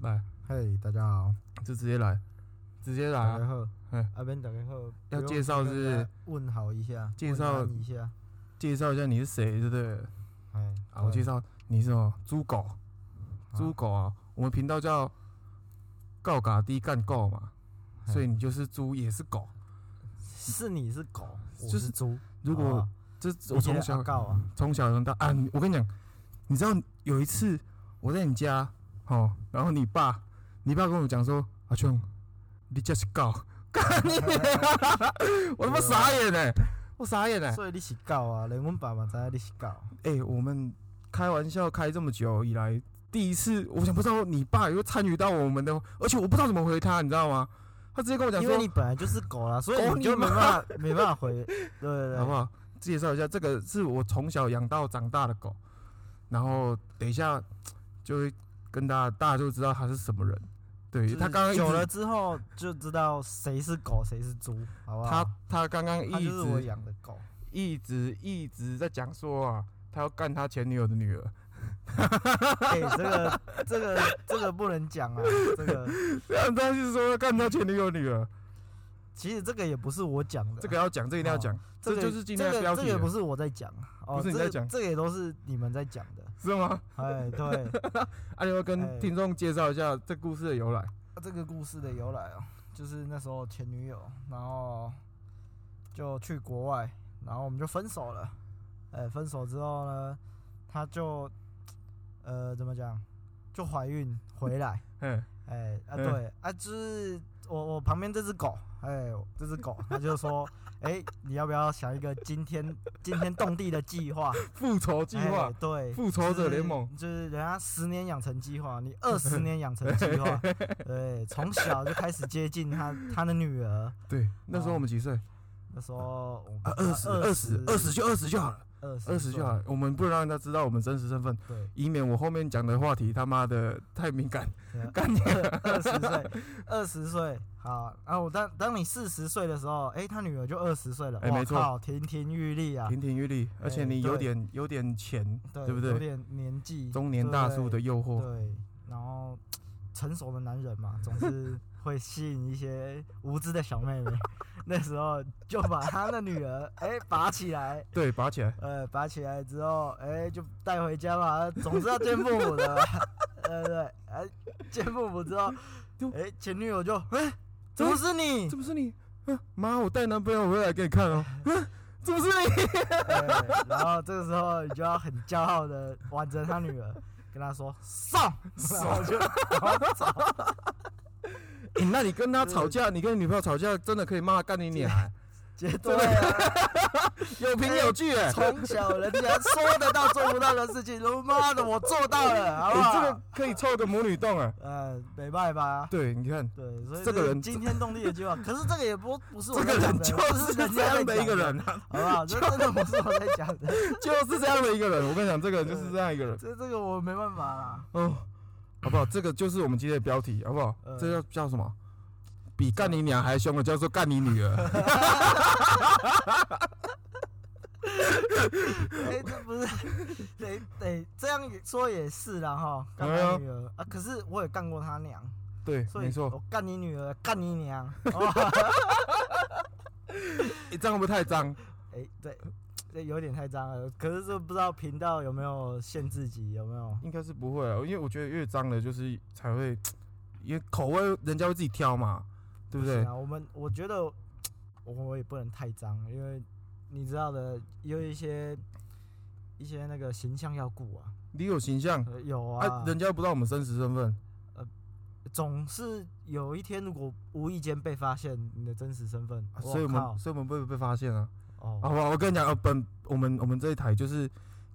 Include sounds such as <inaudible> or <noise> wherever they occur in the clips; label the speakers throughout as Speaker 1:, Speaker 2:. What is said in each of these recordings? Speaker 1: 来，
Speaker 2: 嘿，大家好，
Speaker 1: 就直接来，直接来
Speaker 2: 大家
Speaker 1: 啊！
Speaker 2: 好，
Speaker 1: 嗯
Speaker 2: 阿边大家好，
Speaker 1: 要
Speaker 2: 不用
Speaker 1: 介绍
Speaker 2: 跟
Speaker 1: 是
Speaker 2: 大家问好一下，
Speaker 1: 介绍
Speaker 2: 问安一下，
Speaker 1: 介绍一下你是谁，对不对？
Speaker 2: 哎，
Speaker 1: 啊，我介
Speaker 2: 绍，
Speaker 1: 绍你是什么？猪狗，猪狗啊！我们频道叫“告嘎低干够”嘛，
Speaker 2: 嘿
Speaker 1: 所以你就是猪，也是狗。
Speaker 2: 是你是狗，我
Speaker 1: 就是
Speaker 2: 是猪，啊
Speaker 1: 如
Speaker 2: 好
Speaker 1: 果
Speaker 2: 吧
Speaker 1: 这
Speaker 2: 你
Speaker 1: 我
Speaker 2: 也
Speaker 1: 从
Speaker 2: 要
Speaker 1: 小
Speaker 2: 告啊，
Speaker 1: 从小长大啊，你我跟你讲，你知道有一次我在你家，哦，然后你爸，你爸跟我讲说，阿兄，你这是狗， <laughs> 干你娘！我他妈傻眼哎、我傻眼哎、
Speaker 2: 所以你是狗啊，连阮爸嘛知影你是狗，啊
Speaker 1: 哎、我们开玩笑开这么久以来，第一次，我想不知道你爸有没有参与到我们的，而且我不知道怎么回他，你知道吗？他直接跟我讲
Speaker 2: 因为
Speaker 1: 啊说，
Speaker 2: 你本来就是狗啦，所以
Speaker 1: 狗
Speaker 2: 你就
Speaker 1: 你
Speaker 2: 没
Speaker 1: 妈
Speaker 2: 办法 <laughs> 没办法回，对对对，
Speaker 1: 好不好？介绍一下，这个是我从小养到长大的狗，然后等一下就会跟大家，大家就知道他是什么人。对、
Speaker 2: 就是
Speaker 1: 他刚刚一直
Speaker 2: 久了，之后就知道谁是狗谁是猪，好不好？
Speaker 1: 他他刚刚
Speaker 2: 它
Speaker 1: 一
Speaker 2: 就是我
Speaker 1: 直
Speaker 2: 养的狗，
Speaker 1: 一直一直在讲说啊，他要干他前女友的女儿。 <laughs>
Speaker 2: 哎，这个这个这个不能讲啊，这个
Speaker 1: 对啊，他就是说要干他前女友的女儿，
Speaker 2: 其实这个也不是我讲的啊，
Speaker 1: 这个要讲，这个一定要
Speaker 2: 哦
Speaker 1: 讲，
Speaker 2: 这
Speaker 1: 这
Speaker 2: 个
Speaker 1: 就是今天的
Speaker 2: 这
Speaker 1: 标
Speaker 2: 个
Speaker 1: 题
Speaker 2: 这
Speaker 1: 了，
Speaker 2: 个也不是我在讲，哦，
Speaker 1: 不是你在讲
Speaker 2: 这个这个也都是你们在讲的。
Speaker 1: 是吗？
Speaker 2: 哎，对，
Speaker 1: 啊，你要跟
Speaker 2: 哎
Speaker 1: 听众介绍一下这故事的由来。
Speaker 2: 这个故事的由来哦，就是那时候前女友，然后就去国外，然后我们就分手了。哎，分手之后呢，她就呃怎么讲，就怀孕回来。
Speaker 1: 嗯，
Speaker 2: 哎啊
Speaker 1: 嗯
Speaker 2: 对啊，就是我我旁边这只狗，哎，这只狗，它就说，哎，你要不要想一个惊天惊天动地的计划？
Speaker 1: 复仇 <laughs> 计划
Speaker 2: 哎，对，
Speaker 1: 复仇者联盟
Speaker 2: 就是就是人家十年养成计划，你二十年养成计
Speaker 1: <laughs>
Speaker 2: 划，对，从小就开始接近他他的女儿。
Speaker 1: 对，那时候我们几岁？
Speaker 2: 那时候我
Speaker 1: 哦啊，二十，二十，二十就二十就好了，
Speaker 2: 二十
Speaker 1: 二十就好
Speaker 2: 岁
Speaker 1: 了。我们不能让他知道我们真实身份，
Speaker 2: 对，
Speaker 1: 以免我后面讲的话题他妈的太敏感。 <laughs>
Speaker 2: 干你啊二十岁，二十岁，好，然后我当当你四十岁的时候，哎，他女儿就二十岁了，
Speaker 1: 哎
Speaker 2: 哇
Speaker 1: 没错
Speaker 2: 靠，亭亭玉立啊，
Speaker 1: 亭亭玉立，而且
Speaker 2: 哎
Speaker 1: 你有
Speaker 2: 对
Speaker 1: 点有点钱，
Speaker 2: 对
Speaker 1: 对不
Speaker 2: 有
Speaker 1: 对？
Speaker 2: 点年纪，
Speaker 1: 中年大叔的诱惑，
Speaker 2: 对，然后成熟的男人嘛，总是会吸引一些无知的小妹妹。那时候就把他的女儿哎、拔起来，
Speaker 1: 对，拔起来。
Speaker 2: 呃，拔起来之后哎、就带回家嘛， <laughs> 总是要见父母的嘛，对不对？哎、见父母之后 <laughs>
Speaker 1: 就，
Speaker 2: 哎、前女友就哎、怎么是你
Speaker 1: 这？不是你？啊妈，我带男朋友回来给你看哦。啊这不是你？
Speaker 2: 哎然后这个时候你就要很骄傲的挽着他女儿，跟他说送，然后就然后走。
Speaker 1: <laughs> 哎那你跟他吵架，你跟你女朋友吵架，真的可以骂干你脸，
Speaker 2: 结对啊。
Speaker 1: 有凭有据哎。
Speaker 2: <laughs> 从小人家说得到做不到的事情，他妈的我做到
Speaker 1: <laughs>
Speaker 2: 了，好
Speaker 1: 你、
Speaker 2: 不好？
Speaker 1: 欸这个可以凑个母女洞啊！
Speaker 2: 呃，没办法，
Speaker 1: 对，你看
Speaker 2: 对，所以
Speaker 1: 这个人
Speaker 2: 惊天动地的计划，可是这个也不不是
Speaker 1: 这
Speaker 2: 我
Speaker 1: 个
Speaker 2: 在讲
Speaker 1: 人
Speaker 2: 的，
Speaker 1: 就是
Speaker 2: 这是人
Speaker 1: 这
Speaker 2: 家在
Speaker 1: 样的一个
Speaker 2: 讲
Speaker 1: 人啊，
Speaker 2: 的，好不好？这真的不是我在讲的，
Speaker 1: <laughs> 就是这样的一个人。我跟你讲，这个人就是这样一个人。
Speaker 2: 这这个我没办法啦。
Speaker 1: 哦，好不好？这个就是我们今天的标题，好不好？
Speaker 2: 嗯
Speaker 1: 这叫叫什么？比干你娘还凶的叫做干你女 <laughs> 儿。
Speaker 2: 哎，这不是，得得这样说也是啦哈，干
Speaker 1: 哎呦
Speaker 2: 他女儿啊，可是我也干过他娘，
Speaker 1: 对，
Speaker 2: 所以
Speaker 1: 没错。
Speaker 2: 我干你女儿，干你娘，
Speaker 1: 诶欸这样会不会太脏？
Speaker 2: 哎、对，这有点太脏了。可是这不知道频道有没有限制级，有没有？
Speaker 1: 应该是不会啊，因为我觉得越脏的，就是才会，因为口味人家会自己挑嘛，对不对
Speaker 2: 行？啊，我们我觉得我也不能太脏，因为你知道的，有一些一些那个形象要顾啊，
Speaker 1: 你有形象，
Speaker 2: 呃有啊，
Speaker 1: 啊，人家又不知道我们真实身份，
Speaker 2: 总是有一天如果无意间被发现你的真实身份，
Speaker 1: 啊所以我们
Speaker 2: 靠
Speaker 1: 所以我们不会被发现啊。好
Speaker 2: 哦，
Speaker 1: 吧，我跟你讲，呃，本我们我们这一台就是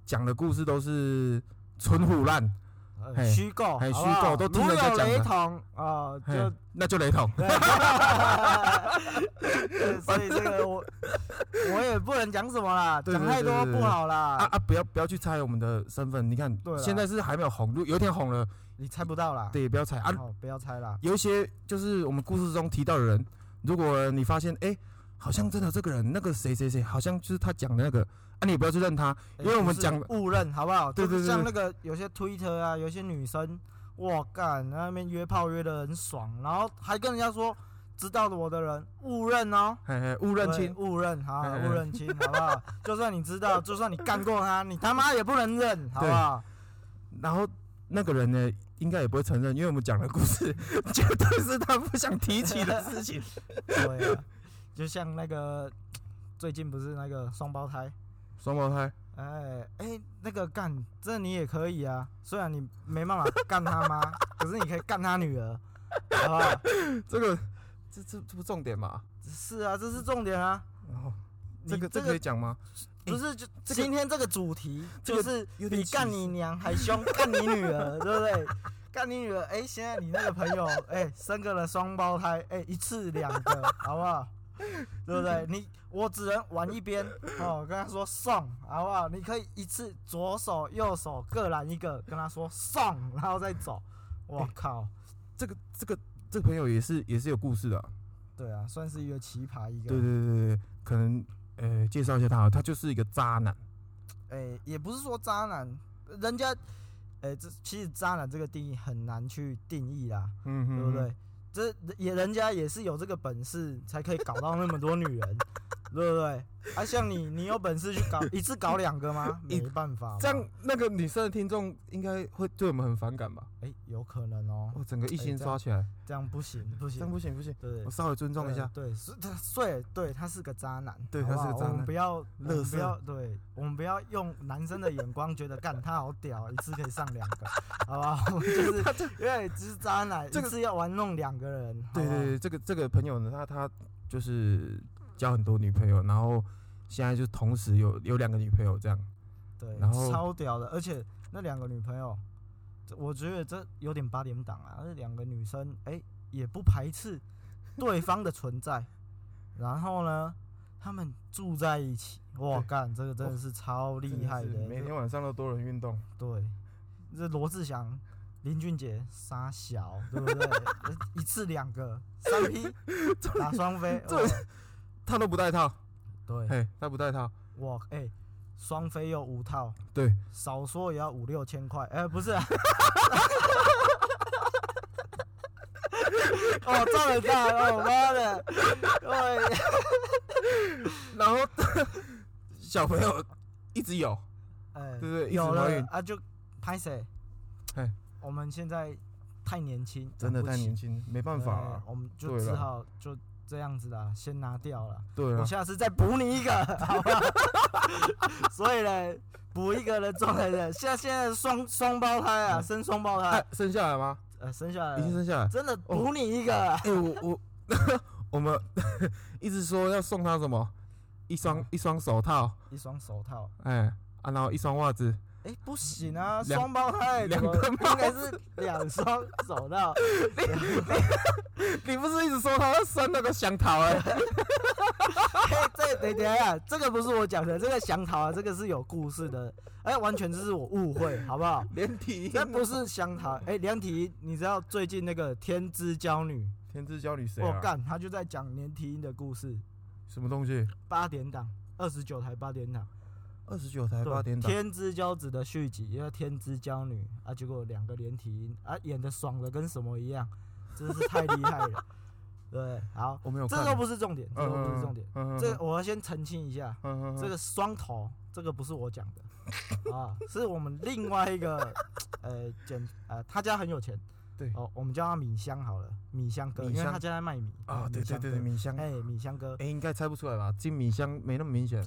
Speaker 1: 讲的故事都是纯胡乱，
Speaker 2: 呃
Speaker 1: 嘿
Speaker 2: 虚构，
Speaker 1: 嘿
Speaker 2: 好
Speaker 1: 虚
Speaker 2: 不好
Speaker 1: 构都听
Speaker 2: 如
Speaker 1: 人家
Speaker 2: 有
Speaker 1: 讲
Speaker 2: 雷
Speaker 1: 的
Speaker 2: 同啊，
Speaker 1: 嘿
Speaker 2: 就
Speaker 1: 那就雷同。
Speaker 2: 对所
Speaker 1: <laughs>
Speaker 2: 以这个我我也不能讲什么啦，
Speaker 1: 对
Speaker 2: 讲
Speaker 1: 对
Speaker 2: 太
Speaker 1: 对
Speaker 2: 多
Speaker 1: 对
Speaker 2: 不
Speaker 1: 对
Speaker 2: 好
Speaker 1: 啊
Speaker 2: 啦，
Speaker 1: 啊，不要不要去猜我们的身份，你看
Speaker 2: 对啊啦
Speaker 1: 现在是还没有红，如有一天红了，
Speaker 2: 你猜不到啦，
Speaker 1: 对，也不要猜啊。
Speaker 2: 哦，不要猜啦，
Speaker 1: 有一些就是我们故事中提到的人，如果你发现哎、诶好像真的这个人，那个谁谁谁，好像就是他讲的那个，啊，你也不要去认他，因为
Speaker 2: 哎
Speaker 1: 我们
Speaker 2: 不是
Speaker 1: 讲
Speaker 2: 误认好不好？
Speaker 1: 对
Speaker 2: 就是
Speaker 1: 对对
Speaker 2: 像那个有些 Twitter 啊，有些女生我干，那边约炮约的很爽，然后还跟人家说知道的我的人误认哦，
Speaker 1: 嘿嘿，勿认
Speaker 2: 对
Speaker 1: 亲，
Speaker 2: 误认，好，
Speaker 1: 哎哎
Speaker 2: 误认亲，好不好？ <laughs> 就算你知道，就算你干过他，你他妈也不能认，好不好？
Speaker 1: 然后那个人呢，应该也不会承认，因为我们讲的故事 <laughs> 绝对是他不想提起的
Speaker 2: <laughs>
Speaker 1: 事情。
Speaker 2: 对啊，就像那个最近不是那个双胞胎，
Speaker 1: 双胞胎，
Speaker 2: 哎哎，那个干，这你也可以啊，虽然你没办法干他妈， <laughs> 可是你可以干他女儿，好不好？
Speaker 1: 这个这这这不重点嘛？
Speaker 2: 是啊，这是重点啊。
Speaker 1: 然后
Speaker 2: 你
Speaker 1: 这个这
Speaker 2: 这
Speaker 1: 个可
Speaker 2: 个
Speaker 1: 以讲吗？
Speaker 2: 不是就
Speaker 1: 这个
Speaker 2: 嗯今天这个主题
Speaker 1: 这
Speaker 2: 就
Speaker 1: 个
Speaker 2: 是
Speaker 1: 有点
Speaker 2: 比干
Speaker 1: 歧
Speaker 2: 你娘还凶，干你女儿，对不对？ <laughs> 干你女儿，哎，现在你那个朋友， <laughs> 哎，生个了双胞胎，哎，一次两个，好不好？对不
Speaker 1: <laughs>
Speaker 2: 对？你我只能玩一边哦，跟他说送，好不好？你可以一次左手右手各揽一个，跟他说送，然后再走。我靠，
Speaker 1: 这个这个这个朋友也是也是有故事的啊、
Speaker 2: 对啊，算是一个奇葩一个。
Speaker 1: 对对对对，可能呃介绍一下他好了，他就是一个渣男。
Speaker 2: 诶、哎也不是说渣男，人家，诶、这其实渣男这个定义很难去定义啦，
Speaker 1: 嗯哼
Speaker 2: 对不对？这也人家也是有这个本事才可以搞到那么多女人， <laughs> 对不对？啊，像你，你有本事去搞一次搞两个吗？
Speaker 1: <laughs>
Speaker 2: 没
Speaker 1: 一
Speaker 2: 办法嘛，
Speaker 1: 这样那个女生的听众应该会对我们很反感吧？
Speaker 2: 诶、哎有可能哦、
Speaker 1: 我整个一
Speaker 2: 哎
Speaker 1: 心
Speaker 2: 这
Speaker 1: 刷起来，
Speaker 2: 这样不行，不
Speaker 1: 这
Speaker 2: 行
Speaker 1: 样，不行不行，
Speaker 2: 对不对
Speaker 1: 我？稍微尊重一下。
Speaker 2: 对，对是他，对，对他是个渣男，
Speaker 1: 对
Speaker 2: 好不
Speaker 1: 他是个
Speaker 2: 好
Speaker 1: 渣
Speaker 2: 我们
Speaker 1: 男
Speaker 2: 不要，我们
Speaker 1: 垃
Speaker 2: 不
Speaker 1: 圾
Speaker 2: 要，对，我们不要用男生的眼光觉得干他好屌，一次可以上两个，好不好？ <laughs> 我们
Speaker 1: <laughs>
Speaker 2: 就是因为只是渣男，
Speaker 1: 这
Speaker 2: 一
Speaker 1: 个
Speaker 2: 次要玩弄两个人，好
Speaker 1: 对啊
Speaker 2: 不好
Speaker 1: 对，对，这个这个朋友呢，他他就是交很多女朋友，然后现在就同时有有两个女朋友这样。
Speaker 2: 对，
Speaker 1: 然后
Speaker 2: 超屌的，而且那两个女朋友，这我觉得这有点八点档啊，那两个女生哎、也不排斥对方的存在，然后呢？他们住在一起，哇，
Speaker 1: 对
Speaker 2: 干，这个真
Speaker 1: 哇
Speaker 2: 的是超
Speaker 1: 真
Speaker 2: 厉
Speaker 1: 的
Speaker 2: 害
Speaker 1: 是
Speaker 2: 的，
Speaker 1: 每天晚上都多人运动。
Speaker 2: 对，这罗志祥、林俊杰、沙小，对不
Speaker 1: <laughs>
Speaker 2: 对？一次两个，三 P 打双飞，
Speaker 1: 重
Speaker 2: 哇
Speaker 1: 他都不戴套，
Speaker 2: 对，
Speaker 1: 嘿，他不戴套，
Speaker 2: 我哎，双飞又五套，
Speaker 1: 对，
Speaker 2: 少说也要五六千块，哎，不是啊。哦，赚了赚了，我妈的，对，
Speaker 1: 然后 <laughs> 小朋友一直有，
Speaker 2: 哎
Speaker 1: 对，不对？一直
Speaker 2: 有
Speaker 1: 怀
Speaker 2: 了
Speaker 1: 孕，
Speaker 2: 啊，就拍谁？
Speaker 1: 哎，
Speaker 2: 我们现在太年轻，
Speaker 1: 真的
Speaker 2: 不
Speaker 1: 太
Speaker 2: 行
Speaker 1: 年轻，没办法啊
Speaker 2: 对。我们就
Speaker 1: 对
Speaker 2: 只
Speaker 1: 啦
Speaker 2: 好就这样子啦，先拿掉了。
Speaker 1: 对啊
Speaker 2: 我，下次再补你一个， <laughs> 好吧？所以呢，补一个的状态的，现在现在双双胞胎啊，
Speaker 1: 嗯
Speaker 2: 生双胞胎
Speaker 1: 哎，，生下来吗？
Speaker 2: 呃，生下来
Speaker 1: 已经
Speaker 2: 了
Speaker 1: 生下来。
Speaker 2: 真的补你一个，
Speaker 1: 哎、我我 <laughs> 我们 <laughs> 一直说要送他什么，一双一双手套，
Speaker 2: 一双手套。
Speaker 1: 哎、啊，然后一双袜子，
Speaker 2: 哎，不行啊，
Speaker 1: 两
Speaker 2: 双胞胎
Speaker 1: 两个
Speaker 2: 怎么
Speaker 1: 帽
Speaker 2: 应该是两双手
Speaker 1: <laughs>
Speaker 2: 套。
Speaker 1: <laughs> 你不是一直说他要生那个香桃哎、
Speaker 2: 嘿，哎这等等一下，这个不是我讲的，这个想逃啊，这个是有故事的。哎，完全就是我误会，好不好？
Speaker 1: <laughs> 连
Speaker 2: <laughs>
Speaker 1: 体啊
Speaker 2: 这不是香
Speaker 1: <laughs>
Speaker 2: 桃，哎、梁体音，你知道最近那个天之娇女，
Speaker 1: 天之娇女谁
Speaker 2: 我、
Speaker 1: 啊？
Speaker 2: 干，她就在讲连体音的故事，
Speaker 1: 什么东西？
Speaker 2: 八点档，二十九台八点档，
Speaker 1: 二十九台
Speaker 2: 对
Speaker 1: 哎八点档，
Speaker 2: 天之骄子的续集，也叫天之娇女啊，结果两个连体音啊，演的爽的跟什么一样，真是太厉害
Speaker 1: <laughs>
Speaker 2: 了。对，好，
Speaker 1: 我没有
Speaker 2: 这
Speaker 1: 看。
Speaker 2: 个不是重点，这
Speaker 1: 嗯
Speaker 2: 个不是重点，，
Speaker 1: 嗯
Speaker 2: 这个我要先澄清一下，这
Speaker 1: 个
Speaker 2: 个双头，这个不是我讲
Speaker 1: <laughs>
Speaker 2: 的啊，是我们另外一个，呃，简呃，他家很有钱，
Speaker 1: 对
Speaker 2: 哦，我们叫他米香好了，米香哥，
Speaker 1: 米
Speaker 2: 因为
Speaker 1: 香
Speaker 2: 他家在卖米哦
Speaker 1: 啊，对对对对，，
Speaker 2: 米
Speaker 1: 米香
Speaker 2: 香，哥哎，米香哥， <laughs>
Speaker 1: 哎，应该猜不出来吧？金米香没那么明显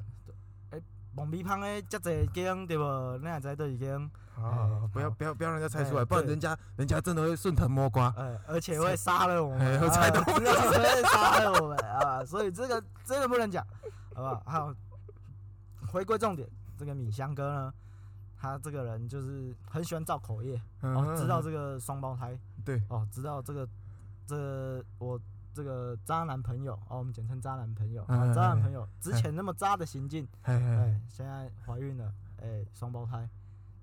Speaker 2: 哎蒙米芳诶，这侪间对不？那也知对一间，
Speaker 1: 啊，不要
Speaker 2: 好
Speaker 1: 不要不要让人家猜出
Speaker 2: 哎
Speaker 1: 来，不然
Speaker 2: 对
Speaker 1: 人家人家真的会顺藤摸瓜。
Speaker 2: 呃，而且会杀了我们，
Speaker 1: 哎会
Speaker 2: 啊
Speaker 1: 猜到我
Speaker 2: 真的是会杀了我们啊，所以这个真的不能讲，好不好？好，回归重点，这个米香哥呢，他这个人就是很喜欢造口业。哦，知道这
Speaker 1: 个
Speaker 2: 个双胞胎
Speaker 1: 嗯对，
Speaker 2: 哦，知道这个这我这个渣男朋友哦，我们简称渣男朋友，
Speaker 1: 哎
Speaker 2: 哦、
Speaker 1: 哎
Speaker 2: 渣男
Speaker 1: 哎
Speaker 2: 朋友之前那么渣的行径，
Speaker 1: 哎哎，
Speaker 2: 哎，现在怀孕了，哎，双胞胎，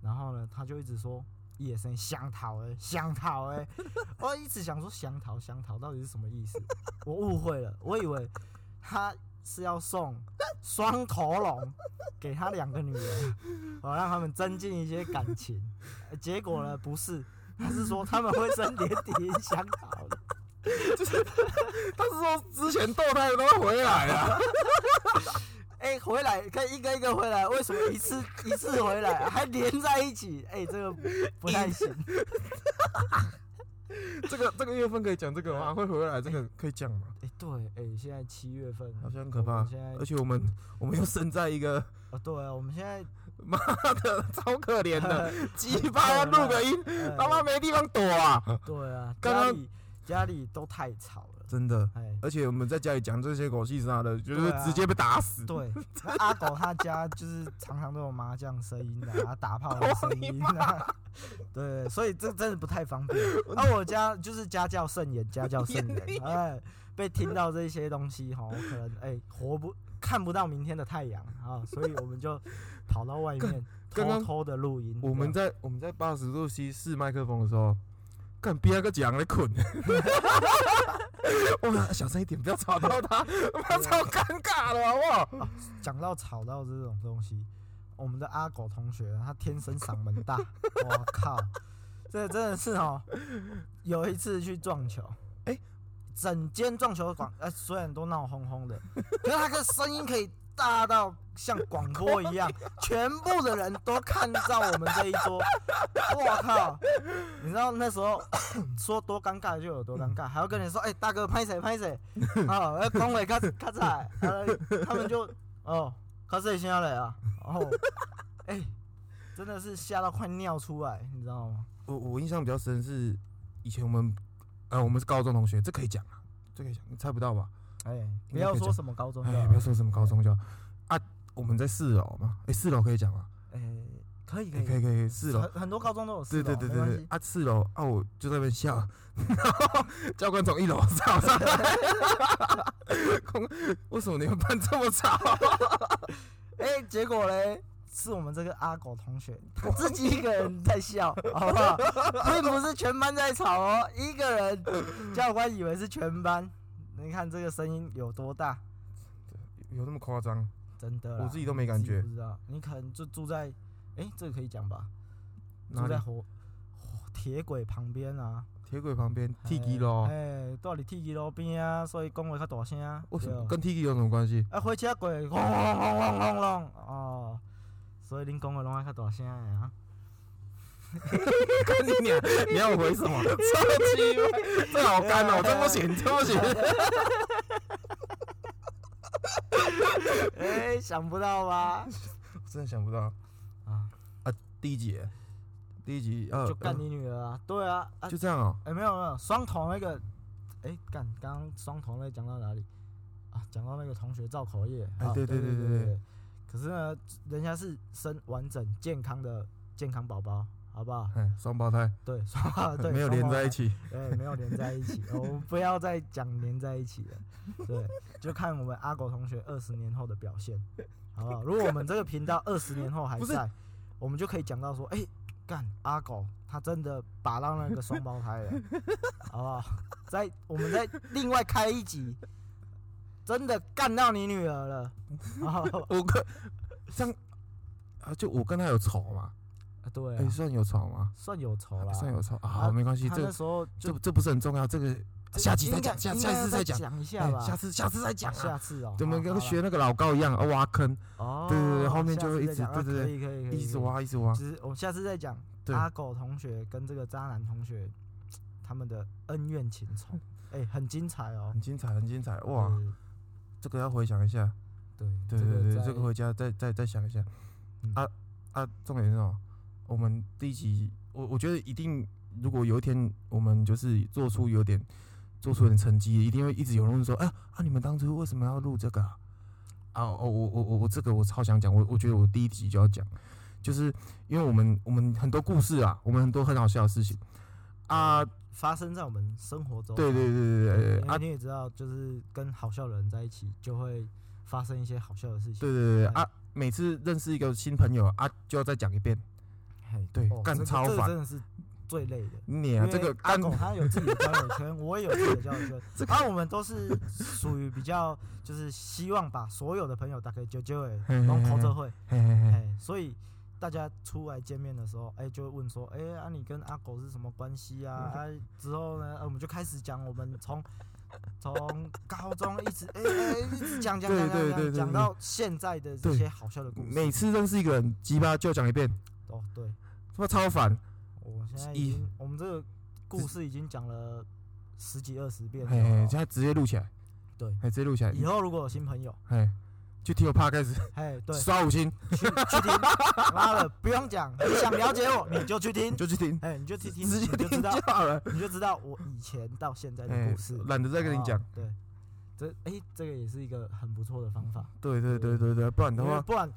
Speaker 2: 然后呢，他就一直说野生香桃哎，香桃哎， <laughs> 我一直想说香桃香桃到底是什么意思，我误会了，我以为他是要送双头龙给他两个女儿，哦，让他们增进一些感情，哎结果呢不是，他是说他们会生连体婴相好的，
Speaker 1: <laughs> 他是说之前堕胎的都会回来啊， <laughs>
Speaker 2: 哎、回来可以一个一个回来，为什么一次一次回来、还连在一起？哎、这个不太行。
Speaker 1: 这个这个月份可以讲这个吗？会回来这个可以讲吗？
Speaker 2: 哎、对，哎、现在七月份，
Speaker 1: 好像很可怕
Speaker 2: 哎我们现在，
Speaker 1: 而且我们我们又生在一个 <laughs>
Speaker 2: 哦，对啊，我们现在
Speaker 1: 妈的超可怜
Speaker 2: 哎
Speaker 1: 的，鸡巴要录个音，
Speaker 2: <laughs> 呃
Speaker 1: 他妈没地方躲啊！ <laughs>
Speaker 2: 对啊，
Speaker 1: 刚
Speaker 2: 家
Speaker 1: 刚
Speaker 2: 里家里都太吵了，
Speaker 1: 真的，
Speaker 2: 哎、
Speaker 1: 而且我们在家里讲这些狗屁啥的，就是
Speaker 2: 对啊
Speaker 1: 直接被打死。 <laughs>
Speaker 2: 对，那阿狗他家就是常常都有麻将声音啊，打炮的声音
Speaker 1: 哦
Speaker 2: 啊， <laughs> 对，所以这真的不太方
Speaker 1: <laughs>
Speaker 2: 便。那我家就是家教甚严，家教甚
Speaker 1: <laughs>
Speaker 2: 严，哎，被听到这些东西哈，我可能哎活不看不到明天的太阳啊，所以我们就跑到外面
Speaker 1: <laughs> 刚
Speaker 2: 偷
Speaker 1: 刚
Speaker 2: 偷的录音。
Speaker 1: 我们
Speaker 2: 这
Speaker 1: 在我们在八十度 C 试麦克风的时候，干别个讲在困， <laughs> 我们小声一点，不要吵到他，他妈超尴尬的，好不好？
Speaker 2: 样讲到吵到这种东西，我们的阿狗同学他天生嗓门大，我靠，这真的是哦，有一次去撞球，
Speaker 1: 哎
Speaker 2: 整间撞球馆，呃，虽然都闹哄哄的，可是他的声音可以大到像广播一样，全部的人都看到我们这一桌。我靠！你知道那时候 <coughs> 说多尴尬就有多尴尬，还要跟你说，哎、大哥拍谁拍谁啊，哎，恭维咔咔嚓，啊他们就哦，咔嚓一下来啊，
Speaker 1: <laughs>
Speaker 2: 然后哎、真的是吓到快尿出来，你知道吗？
Speaker 1: 我我印象比较深是以前我们，呃，我们是高中同学，这可以讲啊，这可以讲，你猜不到吧？
Speaker 2: 哎、不要说什么高中的
Speaker 1: 哎，
Speaker 2: 啊，
Speaker 1: 不要说什么高中就好啊，我们在四楼嘛，哎，四楼可以讲吗？
Speaker 2: 哎、可以可
Speaker 1: 哎可以
Speaker 2: 以，
Speaker 1: 可以，四楼
Speaker 2: 很很多高中都有
Speaker 1: 对
Speaker 2: 四
Speaker 1: 对
Speaker 2: 楼，
Speaker 1: 对
Speaker 2: 没
Speaker 1: 对
Speaker 2: 关
Speaker 1: 对
Speaker 2: 系，
Speaker 1: 啊！四楼啊，我就在那边笑， <laughs> 然后教官从一楼吵上来， <laughs> 空为什么你们班这么吵？
Speaker 2: 哎、结果嘞，是我们这个阿狗同学他自己一个人在
Speaker 1: <laughs>
Speaker 2: 笑，好不好？并不是全班在吵哦，一个人，教官以为是全班。你看这个声音有多大，
Speaker 1: 有那么夸张？
Speaker 2: 真的啦，
Speaker 1: 我自己都没感觉
Speaker 2: 你自己不知道，你可能就住在，哎、这个可以讲吧？
Speaker 1: 哪
Speaker 2: 住
Speaker 1: 里
Speaker 2: 在？火火铁轨旁边啊，
Speaker 1: 铁轨旁边
Speaker 2: 哎
Speaker 1: T G 咯
Speaker 2: 哎、？住伫铁轨路边啊，所以讲话较大声啊。
Speaker 1: 为什么
Speaker 2: 对
Speaker 1: 跟 T G 有什么关
Speaker 2: <laughs>
Speaker 1: 系？
Speaker 2: 啊，火车过，轰轰轰轰轰轰，哦，所以恁讲话拢爱较大声的啊。
Speaker 1: 跟你俩，你要我回什
Speaker 2: <laughs>
Speaker 1: 么？超级这好干哦，这不行，这不行。
Speaker 2: 啊哎、想不到吧？
Speaker 1: <laughs> 真的想不到，
Speaker 2: 啊，
Speaker 1: 第一集，第一集呃
Speaker 2: 就，干你女儿啊！对啊，啊，
Speaker 1: 呃
Speaker 2: 哎、
Speaker 1: 就这样哦。
Speaker 2: 没有没有，双头那个，哎、干，刚刚双头那个讲到哪里？啊，讲到那个同学造口业。
Speaker 1: 哎
Speaker 2: 啊
Speaker 1: 对对
Speaker 2: 对
Speaker 1: 对对对
Speaker 2: 对。可是呢，人家是生完整健康的健康宝宝，好不好？
Speaker 1: 哎，双胞胎
Speaker 2: 对，
Speaker 1: <laughs>
Speaker 2: 双对
Speaker 1: 没有连在一
Speaker 2: 起，
Speaker 1: 起，
Speaker 2: 对，没有连在一起。我们不要再讲连在一起了，对，
Speaker 1: <laughs>
Speaker 2: 就看我们阿狗同学二十年后的表现，好不好？如果我们这个频道二十年后还
Speaker 1: 不是
Speaker 2: 在，我们就可以讲到说，哎、干阿狗他真的把到那个双胞胎了，好不好？再我们再另外开一集，真的干到你女儿了，好不
Speaker 1: <laughs>
Speaker 2: 好
Speaker 1: 我跟这样啊，就我跟他有仇嘛？
Speaker 2: 对啊、
Speaker 1: 哎，算有仇吗？
Speaker 2: 算有仇啦。
Speaker 1: 算有错啊，好没关系，
Speaker 2: 他那
Speaker 1: 这
Speaker 2: 时候
Speaker 1: 这不这不是很重要，这个
Speaker 2: 这
Speaker 1: 下集再
Speaker 2: 应该
Speaker 1: 讲，下
Speaker 2: 应
Speaker 1: 下
Speaker 2: 该
Speaker 1: 一次
Speaker 2: 再
Speaker 1: 讲，
Speaker 2: 讲一下
Speaker 1: 哎
Speaker 2: 吧。
Speaker 1: 下次下次再讲啊，
Speaker 2: 下次哦，
Speaker 1: 怎么
Speaker 2: 好
Speaker 1: 跟学那个老高一样啊，挖坑，
Speaker 2: 好啦哦？
Speaker 1: 对对对后面就会一直
Speaker 2: 下次再讲
Speaker 1: 对对
Speaker 2: 啊可以可以可以，
Speaker 1: 一直
Speaker 2: 可以。
Speaker 1: 挖一直挖，
Speaker 2: 就是我们下次再讲
Speaker 1: 对
Speaker 2: 阿狗同学跟这个渣男同学他们的恩怨情
Speaker 1: <laughs>
Speaker 2: 仇，哎，很精彩哦。
Speaker 1: 很精彩很精彩哇！
Speaker 2: 对
Speaker 1: 这个要回想一下，
Speaker 2: 对
Speaker 1: 对对对，这个
Speaker 2: 在
Speaker 1: 回家再再再想一下
Speaker 2: 嗯。
Speaker 1: 啊啊，重点是哦，我们第一集，我我觉得一定，如果有一天我们就是做出有点做出有点成绩，一定会一直有人问说，哎啊，你们当初为什么要录这个啊？啊哦，我我我我这个我超想讲，我我觉得我第一集就要讲，就是因为我们我们很多故事啊，我们很多很好笑的事情啊，
Speaker 2: 发生在我们生活中。
Speaker 1: 对对对对对对
Speaker 2: 因为
Speaker 1: 啊，
Speaker 2: 你也知道，就是跟好笑的人在一起，就会发生一些好笑的事情。
Speaker 1: 对对对对啊，每次认识一个新朋友啊，就要再讲一遍。
Speaker 2: 嘿，
Speaker 1: 对
Speaker 2: 哦
Speaker 1: 干
Speaker 2: 这个
Speaker 1: 超
Speaker 2: 这个
Speaker 1: 烦
Speaker 2: 真的是最累的。
Speaker 1: 你啊，
Speaker 2: 因
Speaker 1: 这
Speaker 2: 为
Speaker 1: 个
Speaker 2: 阿
Speaker 1: 干
Speaker 2: 狗哦他有自己的交友圈，我也有自己的交
Speaker 1: <laughs>
Speaker 2: 友圈，然后我们都是属于比较就是希望把所有的朋友大概就就诶，
Speaker 1: 嘿嘿嘿
Speaker 2: 拢口这会，
Speaker 1: 嘿嘿嘿，
Speaker 2: 哎，所以大家出来见面的时候，哎、就会问说，哎、啊你跟阿狗是什么关系啊？
Speaker 1: 嗯
Speaker 2: 啊之后呢，呃我们就开始讲我们从从高中一直哎哎、一直讲讲
Speaker 1: 对对
Speaker 2: 讲讲
Speaker 1: 对对
Speaker 2: 讲讲
Speaker 1: 对
Speaker 2: 到现在的这
Speaker 1: 对
Speaker 2: 些好笑的故
Speaker 1: 每
Speaker 2: 事。
Speaker 1: 次认识一个人，鸡巴就要讲一遍，
Speaker 2: 哦，对，
Speaker 1: 他妈超烦。
Speaker 2: 我现在
Speaker 1: 一
Speaker 2: 已经我们这个故事已经讲了十几二十遍
Speaker 1: 嘿
Speaker 2: 了
Speaker 1: 嘿，
Speaker 2: 哦
Speaker 1: 现。在直接录起来，
Speaker 2: 对
Speaker 1: 嘿，直接录起来，
Speaker 2: 以后如果有新朋友，
Speaker 1: 嘿，就听我怕开始
Speaker 2: 哎，对，
Speaker 1: 刷五星，
Speaker 2: 去去听，妈的，不用讲，你想了解我，你就去听
Speaker 1: 你，就去听，
Speaker 2: 哎，你就去听，
Speaker 1: 直
Speaker 2: 你
Speaker 1: 接
Speaker 2: 就
Speaker 1: 听
Speaker 2: 知道
Speaker 1: 就，好了。
Speaker 2: 你就知道我以前到现在的
Speaker 1: 哎
Speaker 2: 故事。，
Speaker 1: 懒得再跟你讲
Speaker 2: 哦。。对，这哎，这个也是一个很不错的方法。
Speaker 1: 对对对对对，不然的
Speaker 2: 因为
Speaker 1: 话，
Speaker 2: 不然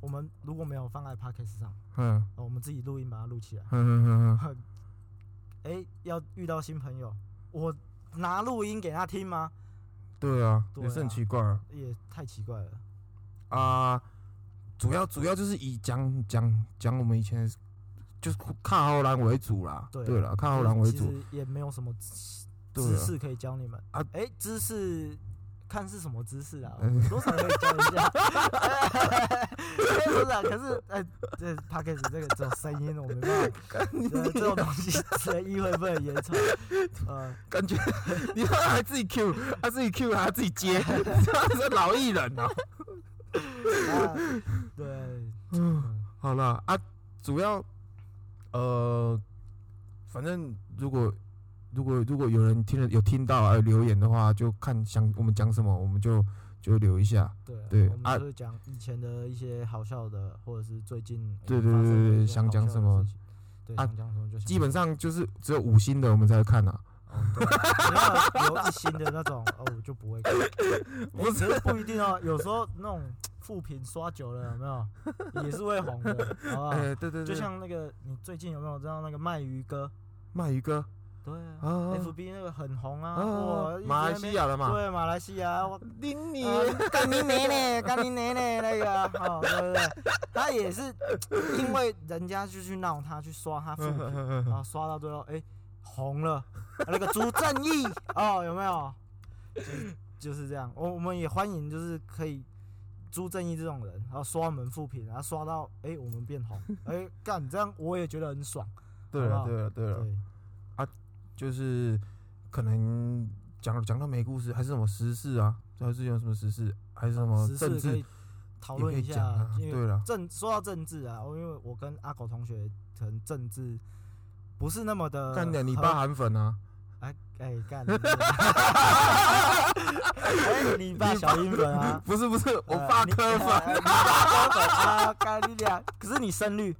Speaker 2: 我们如果没有放在 podcast 上，
Speaker 1: 嗯
Speaker 2: 哦我们自己录音把它录起来
Speaker 1: 嗯，嗯嗯嗯，
Speaker 2: 哎，要遇到新朋友，我拿录音给他听吗？
Speaker 1: 对啊，
Speaker 2: 对啊
Speaker 1: 也是很奇怪啊。
Speaker 2: 也太奇怪了。
Speaker 1: 啊，主要主要就是以讲讲讲我们以前的就是看后兰为主啦，
Speaker 2: 对啊
Speaker 1: 对了，看后兰为
Speaker 2: 其
Speaker 1: 主，
Speaker 2: 实也没有什么
Speaker 1: 对
Speaker 2: 知
Speaker 1: 啊
Speaker 2: 识可以教你们
Speaker 1: 啊
Speaker 2: 啊。哎、知识看是什么知识啊，我
Speaker 1: 嗯
Speaker 2: 们多少可以教一下。 <laughs> 哎是啊，可是哎，这 p a c k a g e 这个只有声音，我没办法，这这种东西声音会不会言传？呃，
Speaker 1: 感觉 <laughs> 你他妈还自己 Q，他自己 Q 还自己接，他是老艺人哦。
Speaker 2: 那对，嗯，
Speaker 1: 好了啊，主要呃，反正如果如果如果有人听了有听到啊留言的话，就看想我们讲什么，我们就就留一下。
Speaker 2: 对啊，
Speaker 1: 对
Speaker 2: 我
Speaker 1: 啊
Speaker 2: 们就是讲以前的一些好笑的，或者是最近我
Speaker 1: 对
Speaker 2: 们
Speaker 1: 对对
Speaker 2: 发生的
Speaker 1: 对
Speaker 2: 一
Speaker 1: 对
Speaker 2: 些
Speaker 1: 想
Speaker 2: 好
Speaker 1: 讲
Speaker 2: 笑
Speaker 1: 什
Speaker 2: 的
Speaker 1: 么
Speaker 2: 事情对，
Speaker 1: 啊
Speaker 2: 想讲什么就想
Speaker 1: 基本
Speaker 2: 讲
Speaker 1: 上就是只有五星的我们才会看啊，
Speaker 2: 哦，对，有有一星的那 <laughs> 种，哦，我就不会看。
Speaker 1: 不
Speaker 2: 只是不一定哦，有时候那种负评刷久了，有没有也是会红 <laughs> 的，好不好？
Speaker 1: 哎，对对对，
Speaker 2: 啊就像那个你最近有没有知道那个卖鱼哥？
Speaker 1: 卖鱼哥
Speaker 2: 对
Speaker 1: 啊
Speaker 2: 啊
Speaker 1: 啊
Speaker 2: ，FB 那个很红啊，
Speaker 1: 啊
Speaker 2: 哇，，
Speaker 1: 马来西
Speaker 2: 亚
Speaker 1: 亚的嘛，
Speaker 2: 对马来西亚，我
Speaker 1: 林你
Speaker 2: 啊干你奶 <laughs> 奶，干你奶奶那个 <laughs> 啊，哦，对不对？他也是 <laughs> 因为人家就去闹他，去刷他负 <laughs> 评，然后刷到最后，哎、红了，啊那个朱正义哦，有没有？就是就是这样，我我们也欢迎，就是可以朱正义这种人，然后刷我们负评，然后刷到哎、我们变红，哎、干这样我也觉得很爽，
Speaker 1: <laughs> 对
Speaker 2: 好不
Speaker 1: 了
Speaker 2: 好
Speaker 1: 对了啊对了，
Speaker 2: 对
Speaker 1: 就是可能讲讲到没故事，还是什么时事啊，还是有什么时事，还是什么
Speaker 2: 时
Speaker 1: 政
Speaker 2: 事可
Speaker 1: 治
Speaker 2: 以讨
Speaker 1: 也
Speaker 2: 论
Speaker 1: 可
Speaker 2: 一
Speaker 1: 以
Speaker 2: 下，
Speaker 1: 讲啊，
Speaker 2: 因为
Speaker 1: 对了，
Speaker 2: 政说到政治啊，我因为我跟阿狗同学可能政治不是那么的，
Speaker 1: 干点你爸韩粉啊，
Speaker 2: 哎哎干， <laughs> 你哎你爸小英文啊。
Speaker 1: 不是不是，我
Speaker 2: 呃
Speaker 1: 爸
Speaker 2: 你
Speaker 1: 科粉，
Speaker 2: 呃你爸科粉啊，干你
Speaker 1: <laughs>
Speaker 2: 俩！可是你胜率，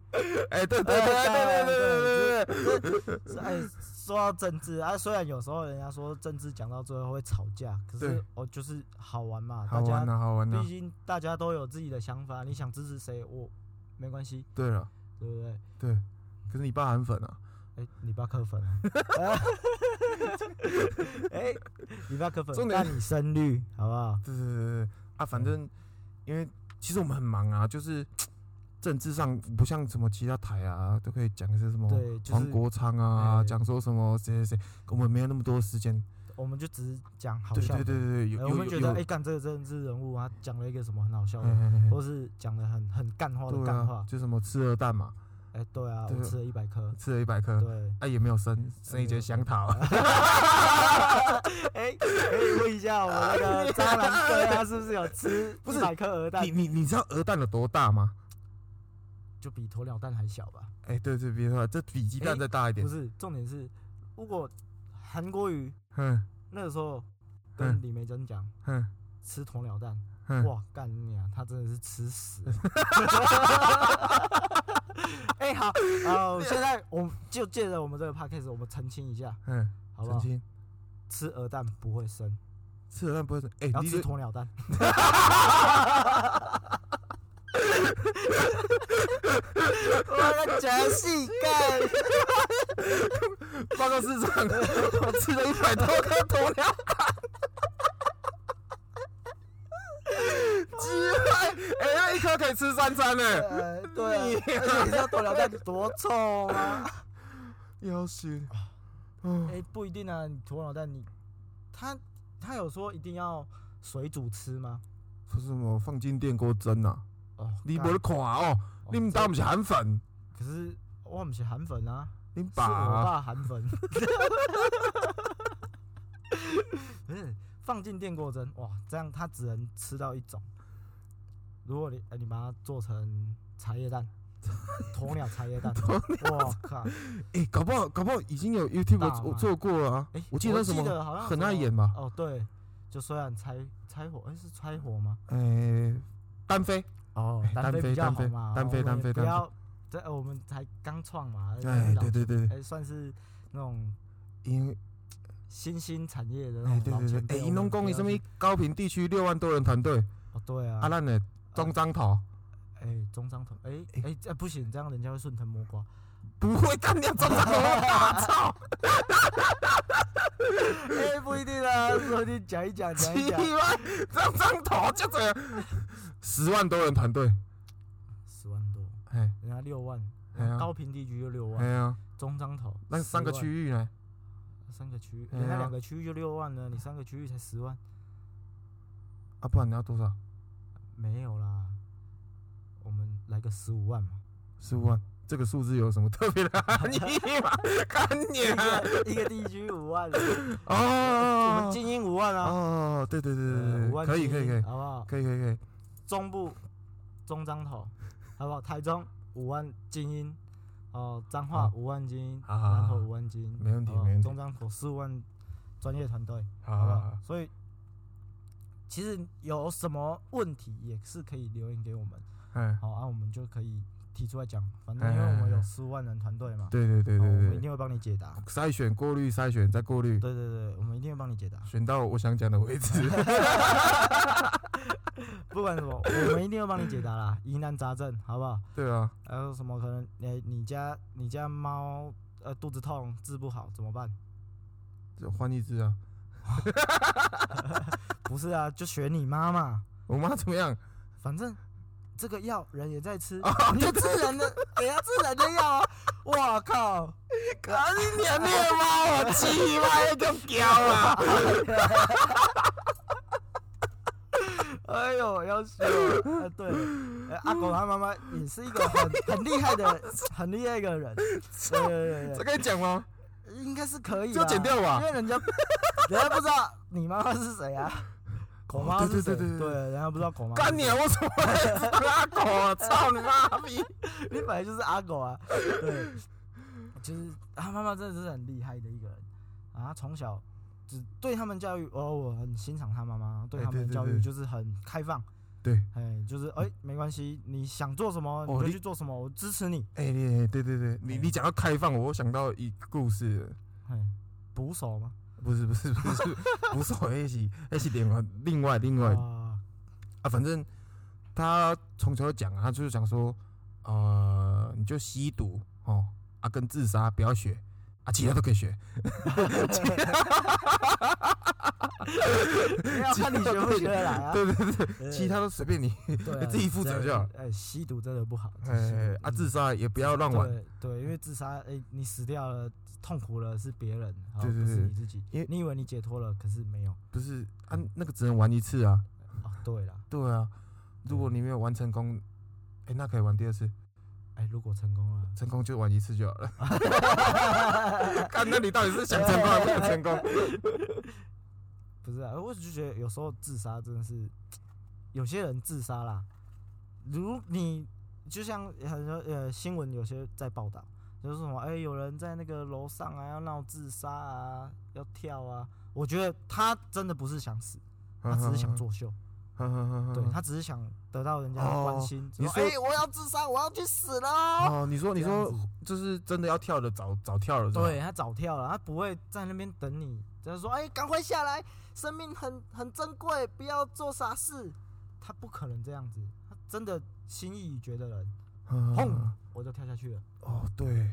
Speaker 1: 哎，对对对对对对对对，
Speaker 2: 是哎，说到政治啊，虽然有时候人家说政治讲到最后会吵架，可
Speaker 1: 对
Speaker 2: 是哦，就是好玩嘛，
Speaker 1: 好
Speaker 2: 大
Speaker 1: 玩啊
Speaker 2: 家
Speaker 1: 呐好玩呐
Speaker 2: 毕，竟大家都有自己的想法，你想支持谁，我没关系，
Speaker 1: 对了
Speaker 2: 对不对？
Speaker 1: 对，可是你爸韩粉啊，
Speaker 2: 哎，你爸科粉， <laughs> 哎，你爸科粉，
Speaker 1: 重点
Speaker 2: 那你胜率好不好？
Speaker 1: 对对对对啊，反
Speaker 2: 嗯
Speaker 1: 正因为其实我们很忙啊，就是政治上不像什么其他台啊，都可以讲一些什么
Speaker 2: 对，就
Speaker 1: 黄
Speaker 2: 是
Speaker 1: 国昌啊，
Speaker 2: 哎
Speaker 1: 讲说什么谁谁谁，我们没有那么多时间。
Speaker 2: 我们就只是讲好
Speaker 1: 对
Speaker 2: 笑
Speaker 1: 对
Speaker 2: 的，
Speaker 1: 对对，有
Speaker 2: 哎
Speaker 1: 有
Speaker 2: 我
Speaker 1: 有
Speaker 2: 们觉
Speaker 1: 有
Speaker 2: 得哎，干这个政治人物啊，讲了一个什么很好笑
Speaker 1: 哎
Speaker 2: 的，
Speaker 1: 哎哎
Speaker 2: 或是讲的很很干话的
Speaker 1: 对
Speaker 2: 干
Speaker 1: 啊
Speaker 2: 话，，
Speaker 1: 就什么吃鹅蛋嘛，
Speaker 2: 哎，对啊，
Speaker 1: 对
Speaker 2: 我吃了一百颗，
Speaker 1: 吃了一百颗，
Speaker 2: 对。 <laughs>
Speaker 1: 啊也没有生，生一节香桃， <laughs>
Speaker 2: 哎，可以问一下我们那个渣男哥他是不是有吃
Speaker 1: <laughs> 不是
Speaker 2: 一百颗鹅蛋
Speaker 1: 你？你你知道鹅蛋有多大吗？
Speaker 2: 就比鸵鸟蛋还小吧？
Speaker 1: 哎，对对，别说这比鸡蛋
Speaker 2: 哎
Speaker 1: 再大一点
Speaker 2: 不，是，重点是，如果韩国瑜
Speaker 1: 哼
Speaker 2: 那个时候
Speaker 1: 嗯
Speaker 2: 跟李梅珍讲
Speaker 1: 哼
Speaker 2: 吃鸵鸟蛋，
Speaker 1: 哼，
Speaker 2: 哇，干你啊！他真的是吃屎了。
Speaker 1: <laughs>
Speaker 2: 哎、好，呃，现在我们就借着我们这个 podcast，我们澄清一下，
Speaker 1: 嗯，
Speaker 2: 好不
Speaker 1: 澄
Speaker 2: 好？
Speaker 1: 清，
Speaker 2: 吃鹅蛋不会生，
Speaker 1: 吃鹅蛋不会生，哎，
Speaker 2: 要
Speaker 1: 你
Speaker 2: 吃
Speaker 1: 这
Speaker 2: 鸵鸟蛋。我的绝世盖，
Speaker 1: 报告市长， <laughs> 我吃了一百多颗鸵鸟 <laughs> 蛋，鸡排，哎、那一颗可以吃三餐呢、
Speaker 2: 呃，
Speaker 1: <laughs>
Speaker 2: 对啊，而且你知道鸵鸟蛋多臭吗？
Speaker 1: 要死！
Speaker 2: 哎、
Speaker 1: 哦
Speaker 2: 不一定啊，你鸵鸟蛋你，他他有说一定要水煮吃吗？
Speaker 1: 说什么放进电锅蒸啊？
Speaker 2: 哦，
Speaker 1: 你
Speaker 2: 干
Speaker 1: 没看哦，你们当不是韩粉？
Speaker 2: 可是我们是韩粉啊，
Speaker 1: 你
Speaker 2: 是我
Speaker 1: 爸 <laughs>
Speaker 2: 爸韩粉。 <laughs> 不是放进电锅蒸，哇，这样它只能吃到一种。如果你呃你把它做成茶
Speaker 1: <laughs>
Speaker 2: 叶蛋，鸵鸟茶叶蛋，哇靠！
Speaker 1: 哎，搞不好搞不好已经有 YouTube
Speaker 2: 大卖
Speaker 1: 做做过了啊
Speaker 2: 哎，，
Speaker 1: 我记得那什
Speaker 2: 我记
Speaker 1: 么
Speaker 2: 得好像
Speaker 1: 很
Speaker 2: 什么
Speaker 1: 爱演吧？
Speaker 2: 哦，对，就虽然拆拆火，哎、是拆火吗？
Speaker 1: 哎，单飞，
Speaker 2: 哦
Speaker 1: 哎
Speaker 2: 单
Speaker 1: 单
Speaker 2: 飞
Speaker 1: 飞
Speaker 2: 比较
Speaker 1: 单
Speaker 2: 好
Speaker 1: 飞
Speaker 2: 嘛，哦
Speaker 1: 单飞
Speaker 2: 我们
Speaker 1: 单
Speaker 2: 也
Speaker 1: 飞
Speaker 2: 不
Speaker 1: 单飞
Speaker 2: 要，这呃我们才刚创嘛，
Speaker 1: 哎，
Speaker 2: 老
Speaker 1: 对对对，
Speaker 2: 哎，算是那种
Speaker 1: 因为
Speaker 2: 新兴产业的
Speaker 1: 哎，
Speaker 2: 哎那
Speaker 1: 对
Speaker 2: 种老
Speaker 1: 对
Speaker 2: 前
Speaker 1: 对，
Speaker 2: 辈。
Speaker 1: 哎，银
Speaker 2: 我们
Speaker 1: 龙
Speaker 2: 不
Speaker 1: 宫你
Speaker 2: 要
Speaker 1: 什么
Speaker 2: 去？
Speaker 1: 高频地区六万多人团队，
Speaker 2: 哦，对啊
Speaker 1: 啊，，咱的中张头
Speaker 2: 哎，中商头，哎
Speaker 1: 哎
Speaker 2: 哎，这不行，这样人家会顺藤摸瓜。
Speaker 1: 不会干掉中
Speaker 2: <laughs>
Speaker 1: 张头，我操，
Speaker 2: 哎，不一定
Speaker 1: <laughs>
Speaker 2: 啊，说不定讲一讲讲一
Speaker 1: 七
Speaker 2: 讲，
Speaker 1: 万中张头就这样，十万多人团队，
Speaker 2: 十万多，
Speaker 1: 哎，
Speaker 2: 人家六万，
Speaker 1: 哎呀
Speaker 2: 高平地区就六
Speaker 1: 哎
Speaker 2: 万，
Speaker 1: 呀，
Speaker 2: 中商头
Speaker 1: 那三个
Speaker 2: 10万
Speaker 1: 区域呢？
Speaker 2: 三个区域，
Speaker 1: 哎
Speaker 2: 人家
Speaker 1: 呀
Speaker 2: 两个区域就六万了，你三个区域才十万，
Speaker 1: 啊，不然你要多少？
Speaker 2: 没有啦。我们来个十五万嘛，
Speaker 1: 十五万，这个数字有什么特别的含义吗？干你
Speaker 2: <laughs> 一
Speaker 1: 啊！
Speaker 2: 个一个地区五万，
Speaker 1: <laughs> 哦
Speaker 2: 我们
Speaker 1: 哦
Speaker 2: 精英五万
Speaker 1: 哦
Speaker 2: 啊，
Speaker 1: 哦，对对对对
Speaker 2: 呃五
Speaker 1: 对，
Speaker 2: 万
Speaker 1: 可以可
Speaker 2: 精
Speaker 1: 以
Speaker 2: 英
Speaker 1: 可以
Speaker 2: 好不好？
Speaker 1: 可以可以可以，
Speaker 2: 中部中彰头，好不好？台中五万精英，哦，彰化
Speaker 1: 好
Speaker 2: 五万精英，
Speaker 1: 好好好
Speaker 2: 南投五万精英，
Speaker 1: 没问题
Speaker 2: 好不好
Speaker 1: 没问题
Speaker 2: 中彰头四万专业团队，
Speaker 1: 好啊
Speaker 2: 好不
Speaker 1: 好
Speaker 2: 好
Speaker 1: 好？，
Speaker 2: 所以其实有什么问题也是可以留言给我们，
Speaker 1: 哎，
Speaker 2: 好啊，我们就可以提出来讲。反
Speaker 1: 哎
Speaker 2: 正因为我
Speaker 1: 哎
Speaker 2: 们
Speaker 1: 哎
Speaker 2: 有十五万人团队嘛，
Speaker 1: 对对对
Speaker 2: 好我们
Speaker 1: 对
Speaker 2: 一
Speaker 1: 对，
Speaker 2: 定会帮你解答。
Speaker 1: 筛选过滤筛选再过滤，
Speaker 2: 对对对，我们一定会帮你解答。
Speaker 1: 选到我想讲的为 <laughs> 止。
Speaker 2: 不管什么，我们一定会帮你解答啦，疑难杂症，好不好？
Speaker 1: 对啊，
Speaker 2: 还有什么可能？你你家你家猫呃肚子痛治不好怎么办？
Speaker 1: 这换一只啊。
Speaker 2: 不是啊，就学你妈嘛，
Speaker 1: 我妈怎么样？
Speaker 2: 反正这个药人也在 <laughs> 吃，
Speaker 1: 啊，
Speaker 2: 你哦就自然的，也要自然的药啊！哇靠！
Speaker 1: 赶紧点你的妈！我鸡巴就屌啊！ <laughs>
Speaker 2: 哎呦，要死我！啊，对了，呃阿狗他妈妈也是一个很很厉害的、很厉害一个 <laughs> 人，对对对
Speaker 1: 这
Speaker 2: 对
Speaker 1: 可以讲吗？
Speaker 2: 对，呃应该是可以啦，
Speaker 1: 就剪掉吧
Speaker 2: 因为
Speaker 1: <laughs>
Speaker 2: 人家人家不知道你妈妈是谁啊，狗妈
Speaker 1: 哦对
Speaker 2: 是谁？
Speaker 1: 对对对对
Speaker 2: 人家不知道狗妈是谁。
Speaker 1: 干你啊！我怎么会是阿狗啊？操你妈逼！
Speaker 2: 你本来就是阿狗
Speaker 1: <laughs>
Speaker 2: 啊，对，就是他妈妈真的是很厉害的一个人啊，他从小只对他们教育，哦，我很欣赏他妈妈对
Speaker 1: 哎
Speaker 2: 他们
Speaker 1: 对
Speaker 2: 的
Speaker 1: 对
Speaker 2: 教育
Speaker 1: 对
Speaker 2: 就是很开放，
Speaker 1: 对，
Speaker 2: 哎，就是哎没关系，你想做什么你
Speaker 1: 哦
Speaker 2: 就
Speaker 1: 你
Speaker 2: 去做什么，我支持你，
Speaker 1: 哎、你哎对对对，你你讲到开放，我想到一个故事，
Speaker 2: 哎，捕手吗？
Speaker 1: 不是不是不是不是，哦那是那是另外另外另外
Speaker 2: 啊，
Speaker 1: 啊，反正他从小讲啊，他就是讲说，呃，你就吸毒哦，啊跟自杀不要学，啊其他都可以学，
Speaker 2: 没有看你学不学得来
Speaker 1: <laughs>
Speaker 2: 啊，
Speaker 1: 对对对，
Speaker 2: 对
Speaker 1: 其他都随便你，
Speaker 2: 对啊
Speaker 1: <laughs> 自己负责就好
Speaker 2: 这哎，吸毒真的不好，
Speaker 1: 哎、
Speaker 2: 吸毒
Speaker 1: 啊
Speaker 2: 嗯
Speaker 1: 自杀也不要乱玩，
Speaker 2: 对对，因为自杀，哎、你死掉了，痛苦了是别人，好
Speaker 1: 对对
Speaker 2: 不是
Speaker 1: 对
Speaker 2: 你自己
Speaker 1: 因为。
Speaker 2: 你以为你解脱了，可是没有。
Speaker 1: 不是啊那个只能玩一次啊，
Speaker 2: 哦，对了，
Speaker 1: 对啊，如果你没有玩成功，哎、那可以玩第二次，
Speaker 2: 哎、如果成功了，
Speaker 1: 成功就玩一次就好
Speaker 2: <laughs>
Speaker 1: 了。看，那你到底是想成功还是不想成功？
Speaker 2: 不是啊，我只是觉得有时候自杀真的是，有些人自杀啦，如你就像很多呃新闻有些在报道，就是什么哎、有人在那个楼上啊要闹自杀啊，要跳啊，我觉得他真的不是想死， <laughs> 他只是想
Speaker 1: <laughs>
Speaker 2: 作秀。
Speaker 1: 嗯。
Speaker 2: 对
Speaker 1: 对
Speaker 2: 他只是想得到人家的关心。
Speaker 1: 你说
Speaker 2: 说哎、我要自杀，我要去死了。
Speaker 1: 哦，你说你
Speaker 2: 这样
Speaker 1: 说
Speaker 2: 子
Speaker 1: 就是真的要跳的早早跳了，是吧 <laughs>
Speaker 2: 对，他早跳了，他不会在那边等你。他说：“哎、赶快下来，生命很很珍贵，不要做傻事。”他不可能这样子，他真的心意已决的人，
Speaker 1: 嗯
Speaker 2: 轰我就跳下去了。
Speaker 1: 哦，对，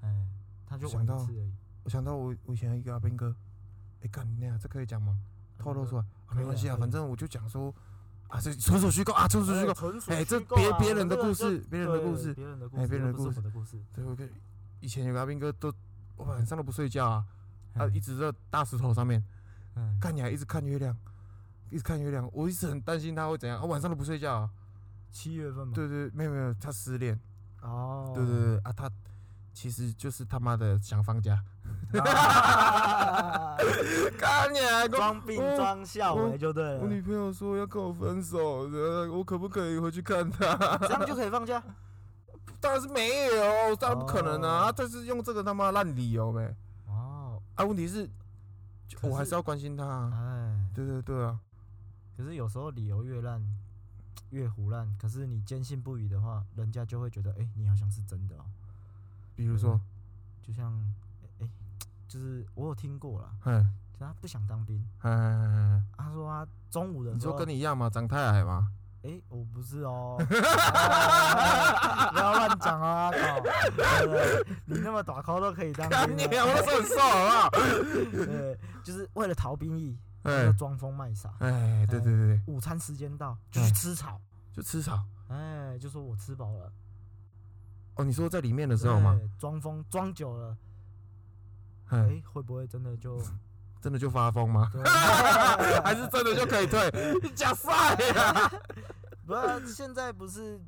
Speaker 2: 哎，他就玩
Speaker 1: 想到
Speaker 2: 一次而已。
Speaker 1: 我想到我我以前一个阿兵哥，哎，干你娘，这可以讲吗？透露出来，啊
Speaker 2: 可以啊
Speaker 1: 没关系啊，
Speaker 2: 可以
Speaker 1: 反正我就讲说啊，这纯属虚构啊，纯属虚
Speaker 2: 哎
Speaker 1: 构。
Speaker 2: 纯属
Speaker 1: 哎，这
Speaker 2: 虚构
Speaker 1: 别
Speaker 2: 啊
Speaker 1: 别人的
Speaker 2: 这个
Speaker 1: 故
Speaker 2: 就
Speaker 1: 事，别人的故事
Speaker 2: 对，别人的故
Speaker 1: 哎
Speaker 2: 事，
Speaker 1: 别人的
Speaker 2: 这不是
Speaker 1: 故
Speaker 2: 我的故事。
Speaker 1: 对，我跟以前有个阿兵哥都，我晚上都不睡觉啊，他一直在大石头上面。
Speaker 2: 嗯，
Speaker 1: 哦看起来一直看月亮，一直看月亮，我一直很担心他会怎样，啊、晚上都不睡觉啊、
Speaker 2: 七月份嘛。
Speaker 1: 对对，没有没有，他失恋，
Speaker 2: 嗯哦，
Speaker 1: 对对
Speaker 2: <laughs>
Speaker 1: 对啊，他其实就是他妈的想放假，
Speaker 2: 啊
Speaker 1: 干你还跟我
Speaker 2: 装病装笑
Speaker 1: 我
Speaker 2: 哎，就对
Speaker 1: 我
Speaker 2: 了，
Speaker 1: 女朋友说要跟我分手，呃我可不可以回去看她？ <laughs>
Speaker 2: 这样就可以放假。
Speaker 1: 当然是没有，当然不可能啊！
Speaker 2: 哦
Speaker 1: 啊但是用这个他妈烂理由呗。
Speaker 2: 哦，
Speaker 1: 啊，问题是，就
Speaker 2: 可
Speaker 1: 我还
Speaker 2: 是
Speaker 1: 是要关心她啊。
Speaker 2: 哎，
Speaker 1: 对对对啊，
Speaker 2: 可是有时候理由越烂越胡烂，可是你坚信不疑的话，人家就会觉得，哎，你好像是真的哦。
Speaker 1: 比如说，
Speaker 2: 就像，哎，哎就是我有听过啦，
Speaker 1: 哎
Speaker 2: 就他不想当兵，
Speaker 1: 哎哎哎，
Speaker 2: 他说他中午的
Speaker 1: 你
Speaker 2: 时
Speaker 1: 说
Speaker 2: 候，
Speaker 1: 跟你一样吗？长太矮吗？
Speaker 2: 哎、我不是哦，哎不要乱讲啊，靠对不对你那么打 call 都可以当
Speaker 1: 干你
Speaker 2: 兵
Speaker 1: 啊！
Speaker 2: 了，
Speaker 1: 我那时候很瘦，好不
Speaker 2: <laughs>
Speaker 1: 好？
Speaker 2: 对，就是为了逃兵役，
Speaker 1: 哎
Speaker 2: 要装疯卖傻。
Speaker 1: 哎，对对
Speaker 2: 嗯
Speaker 1: 对对，
Speaker 2: 午餐时间到
Speaker 1: 嗯
Speaker 2: 就去吃草，
Speaker 1: 就吃草。
Speaker 2: 哎，就说我吃饱了，
Speaker 1: 哦，你说在里面的时候吗？嗯
Speaker 2: 对？装疯装久了，哎、
Speaker 1: 哎，
Speaker 2: 会不会真的
Speaker 1: <laughs>
Speaker 2: 就？
Speaker 1: 真的就发疯吗？ <laughs>
Speaker 2: 对
Speaker 1: 还是真的就可以退？你假赛啊
Speaker 2: <laughs>
Speaker 1: 呀！
Speaker 2: 不是，现在不是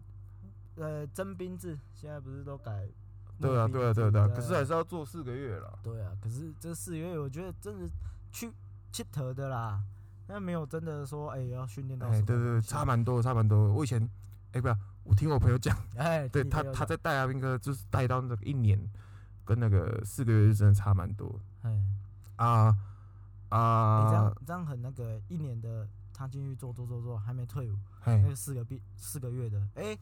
Speaker 2: 呃征兵制，现在不是都改募
Speaker 1: 对啊，
Speaker 2: 兵
Speaker 1: 对啊，
Speaker 2: 制
Speaker 1: 对啊，对啊，
Speaker 2: 对
Speaker 1: 可是还是要做四个月了。
Speaker 2: 对啊，可是这四个月我觉得真的去去头的啦，那没有真的说哎、要训练到什
Speaker 1: 哎，
Speaker 2: 么
Speaker 1: 对对对，
Speaker 2: 东西
Speaker 1: 差蛮多的，差蛮多的。我以前，哎，不要，我听我朋友讲，
Speaker 2: 哎，
Speaker 1: 对
Speaker 2: 你
Speaker 1: 他
Speaker 2: 没有
Speaker 1: 他
Speaker 2: 讲
Speaker 1: 在带阿兵哥，就是带到那个一年，跟那个四个月就真的差蛮多
Speaker 2: 哎、
Speaker 1: 啊
Speaker 2: 哎这
Speaker 1: 啊
Speaker 2: 样！这样很那个一年的他进去做做做做还没退伍，那
Speaker 1: 嘿，
Speaker 2: 个四个币四个月的哎、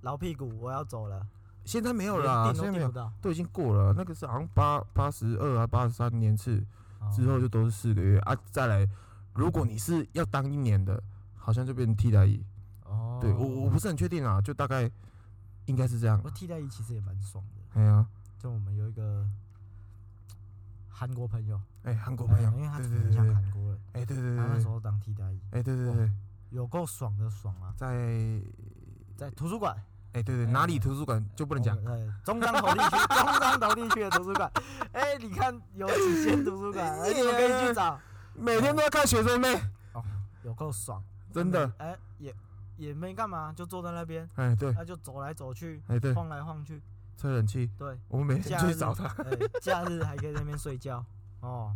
Speaker 2: 老屁股我要走了，
Speaker 1: 现在没有
Speaker 2: 连
Speaker 1: 啦，
Speaker 2: 订
Speaker 1: 现在
Speaker 2: 都
Speaker 1: 没
Speaker 2: 订
Speaker 1: 有
Speaker 2: 不，到
Speaker 1: 都已经过了。那个是好像八八十二啊，八十三年次
Speaker 2: 哦
Speaker 1: 之后就都是四个月啊。再来，如果你是要当一年的，好像就变成替代役。
Speaker 2: 哦，
Speaker 1: 对我我不是很确定啊，就大概应该是这样
Speaker 2: 我。替代役其实也蛮爽的，
Speaker 1: 哎呀，
Speaker 2: 就我们有一个韩国朋友，
Speaker 1: 哎，韩国朋友
Speaker 2: 哎因为，他
Speaker 1: 对
Speaker 2: 长
Speaker 1: 对
Speaker 2: 得
Speaker 1: 对
Speaker 2: 像
Speaker 1: 对，
Speaker 2: 韩国人，
Speaker 1: 哎对对
Speaker 2: 他那
Speaker 1: 对
Speaker 2: 时
Speaker 1: 对，
Speaker 2: 候当替代役，
Speaker 1: 哎对对对，
Speaker 2: 有够爽的爽啊！
Speaker 1: 在
Speaker 2: 在图书馆
Speaker 1: 哎对对哪里图书馆就不
Speaker 2: 不
Speaker 1: 能讲。
Speaker 2: 对，中彰投地区，中彰投地区的图书馆，哎、你看有几间图书馆，
Speaker 1: <laughs>
Speaker 2: 哎、你们可以去找，
Speaker 1: 每天都要看学生妹，
Speaker 2: 哦有够爽，
Speaker 1: 真的。
Speaker 2: 哎、也也没干嘛，就坐在那边，
Speaker 1: 哎，对，
Speaker 2: 那、就走来走去，
Speaker 1: 哎对，
Speaker 2: 晃来晃去，
Speaker 1: 吹冷气，
Speaker 2: 对，
Speaker 1: 我们每天就去找他。
Speaker 2: 哎、假日还可以在那边睡觉，哦，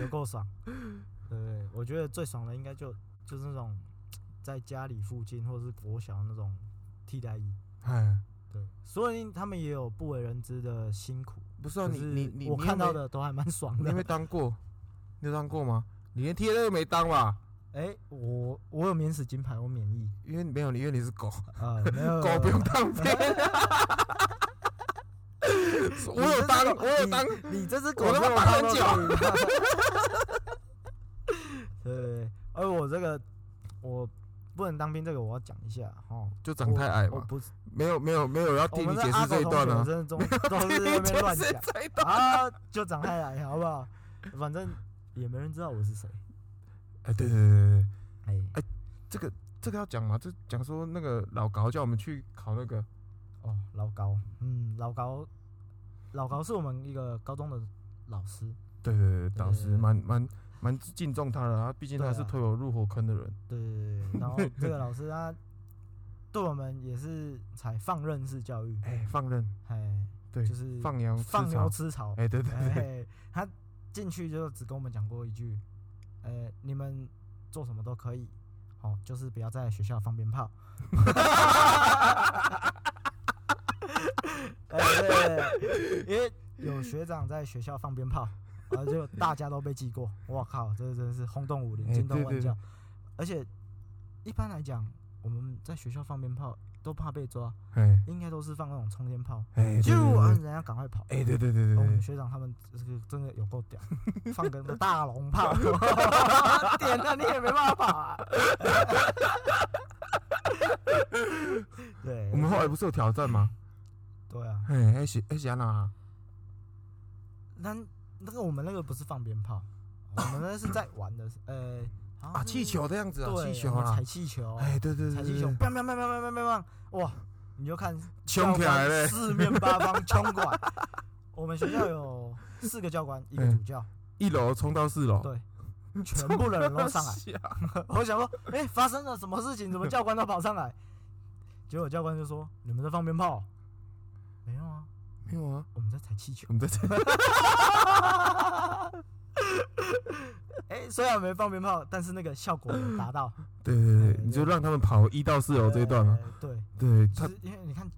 Speaker 2: 有够爽，对不对？我觉得最爽的应该就就是那种在家里附近或者是国小那种替代役，
Speaker 1: 哎，
Speaker 2: 对，所以他们也有不为人知的辛苦。
Speaker 1: 不是啊，
Speaker 2: 可
Speaker 1: 你
Speaker 2: 是
Speaker 1: 你你，
Speaker 2: 我
Speaker 1: 你
Speaker 2: 看
Speaker 1: 又
Speaker 2: 到
Speaker 1: 没，
Speaker 2: 的都还蛮爽
Speaker 1: 你有没有
Speaker 2: 的。
Speaker 1: 当过？你有当过吗？你连 T A 都没当吧？
Speaker 2: 哎、我我有免死金牌，我免疫。
Speaker 1: 因为你没有，因为你是狗，
Speaker 2: 呃，没
Speaker 1: <laughs>
Speaker 2: 有
Speaker 1: 狗不用当兵。我有当，我有当，，
Speaker 2: 你你这只狗
Speaker 1: 我他妈
Speaker 2: 没有
Speaker 1: 打
Speaker 2: 当
Speaker 1: 很
Speaker 2: 到
Speaker 1: 久
Speaker 2: 这
Speaker 1: <laughs>
Speaker 2: 里。对对 <laughs> 对，而我这个我不能当兵，这个我要讲一下哦。
Speaker 1: 就长太矮
Speaker 2: 我
Speaker 1: 嘛，
Speaker 2: 不是，
Speaker 1: 没有没有没有要
Speaker 2: 我
Speaker 1: 替
Speaker 2: 们
Speaker 1: 你
Speaker 2: 的
Speaker 1: 解
Speaker 2: 阿
Speaker 1: 释
Speaker 2: 狗
Speaker 1: 这一
Speaker 2: 同
Speaker 1: 段
Speaker 2: 学
Speaker 1: 啊，
Speaker 2: 真的中都
Speaker 1: <laughs>
Speaker 2: 是在那边乱讲啊，就长太矮，好不好？反正也没人知道我是谁。
Speaker 1: 哎，对对对对对，
Speaker 2: 哎、
Speaker 1: 这个这个要讲嘛，就讲说那个老高叫我们去考那个，
Speaker 2: 哦，老高，嗯，老高，老高是我们一个高中的老师，
Speaker 1: 对对对，导师
Speaker 2: 对
Speaker 1: 蛮蛮蛮敬重他的啊，毕竟他
Speaker 2: 对
Speaker 1: 是
Speaker 2: 啊
Speaker 1: 推我入火坑的人。
Speaker 2: 对对对对，然后
Speaker 1: <laughs>
Speaker 2: 这个老师他对我们也是采放任式教育，
Speaker 1: 哎，放任，
Speaker 2: 哎，
Speaker 1: 对，
Speaker 2: 就是
Speaker 1: 放羊吃
Speaker 2: 放牛
Speaker 1: 草。
Speaker 2: 吃草，
Speaker 1: 哎，对对对，
Speaker 2: 哎，他进去就只跟我们讲过一句，呃，你们做什么都可以，好、就是不要在学校放鞭炮。 <laughs> 哎，对对对因为有学长在学校放鞭炮，然后就大家都被记过。我靠，这真是轰动武林，
Speaker 1: 哎
Speaker 2: 惊动
Speaker 1: 对
Speaker 2: 万
Speaker 1: 对
Speaker 2: 教。而且一般来讲，我们在学校放鞭炮都怕被抓，
Speaker 1: 哎
Speaker 2: 应该都是放那种冲天炮，
Speaker 1: 哎，
Speaker 2: 就啊
Speaker 1: 完，
Speaker 2: 人家赶快跑。
Speaker 1: 哎，对对对对
Speaker 2: 我们
Speaker 1: 对，
Speaker 2: 学长他们这个真的有够屌，放个大龙炮，点了你也没办法、啊。对，
Speaker 1: 我们后来不是有挑战吗？
Speaker 2: 对啊，
Speaker 1: 哎，哎是哎是安娜，
Speaker 2: 那那个我们那个不是放鞭炮，我们那是在玩的，呃，好像
Speaker 1: 啊
Speaker 2: 是
Speaker 1: 气，球的样子啊，
Speaker 2: 对，
Speaker 1: 气球
Speaker 2: 我们
Speaker 1: 啦
Speaker 2: 踩，气球，
Speaker 1: 哎对对对
Speaker 2: 踩气
Speaker 1: 对，
Speaker 2: 球
Speaker 1: 对，
Speaker 2: 砰砰砰砰砰砰砰砰，哇，你就看
Speaker 1: 冲起来
Speaker 2: 教官
Speaker 1: 嘞，
Speaker 2: 四面八方冲过来。我们学校有四个教官，一个
Speaker 1: 嗯
Speaker 2: 主教，
Speaker 1: 一楼冲到四楼，
Speaker 2: 对全部的人都上来。
Speaker 1: <laughs> 来，
Speaker 2: 我想说，哎、发生了什么事情？怎么教官都跑上来？结果教官就说：“你们在放鞭炮？”没有啊，
Speaker 1: 没有啊，
Speaker 2: 我们在踩气球 <laughs>
Speaker 1: 我。们在这。
Speaker 2: 哎、虽然没放鞭炮，但是那个效果有达
Speaker 1: <laughs>
Speaker 2: 到。
Speaker 1: 对对对
Speaker 2: 对，
Speaker 1: 你就让他们跑一到四楼这一段嘛。
Speaker 2: 呃哎对，
Speaker 1: 对
Speaker 2: 就
Speaker 1: 他，
Speaker 2: 是因为你看，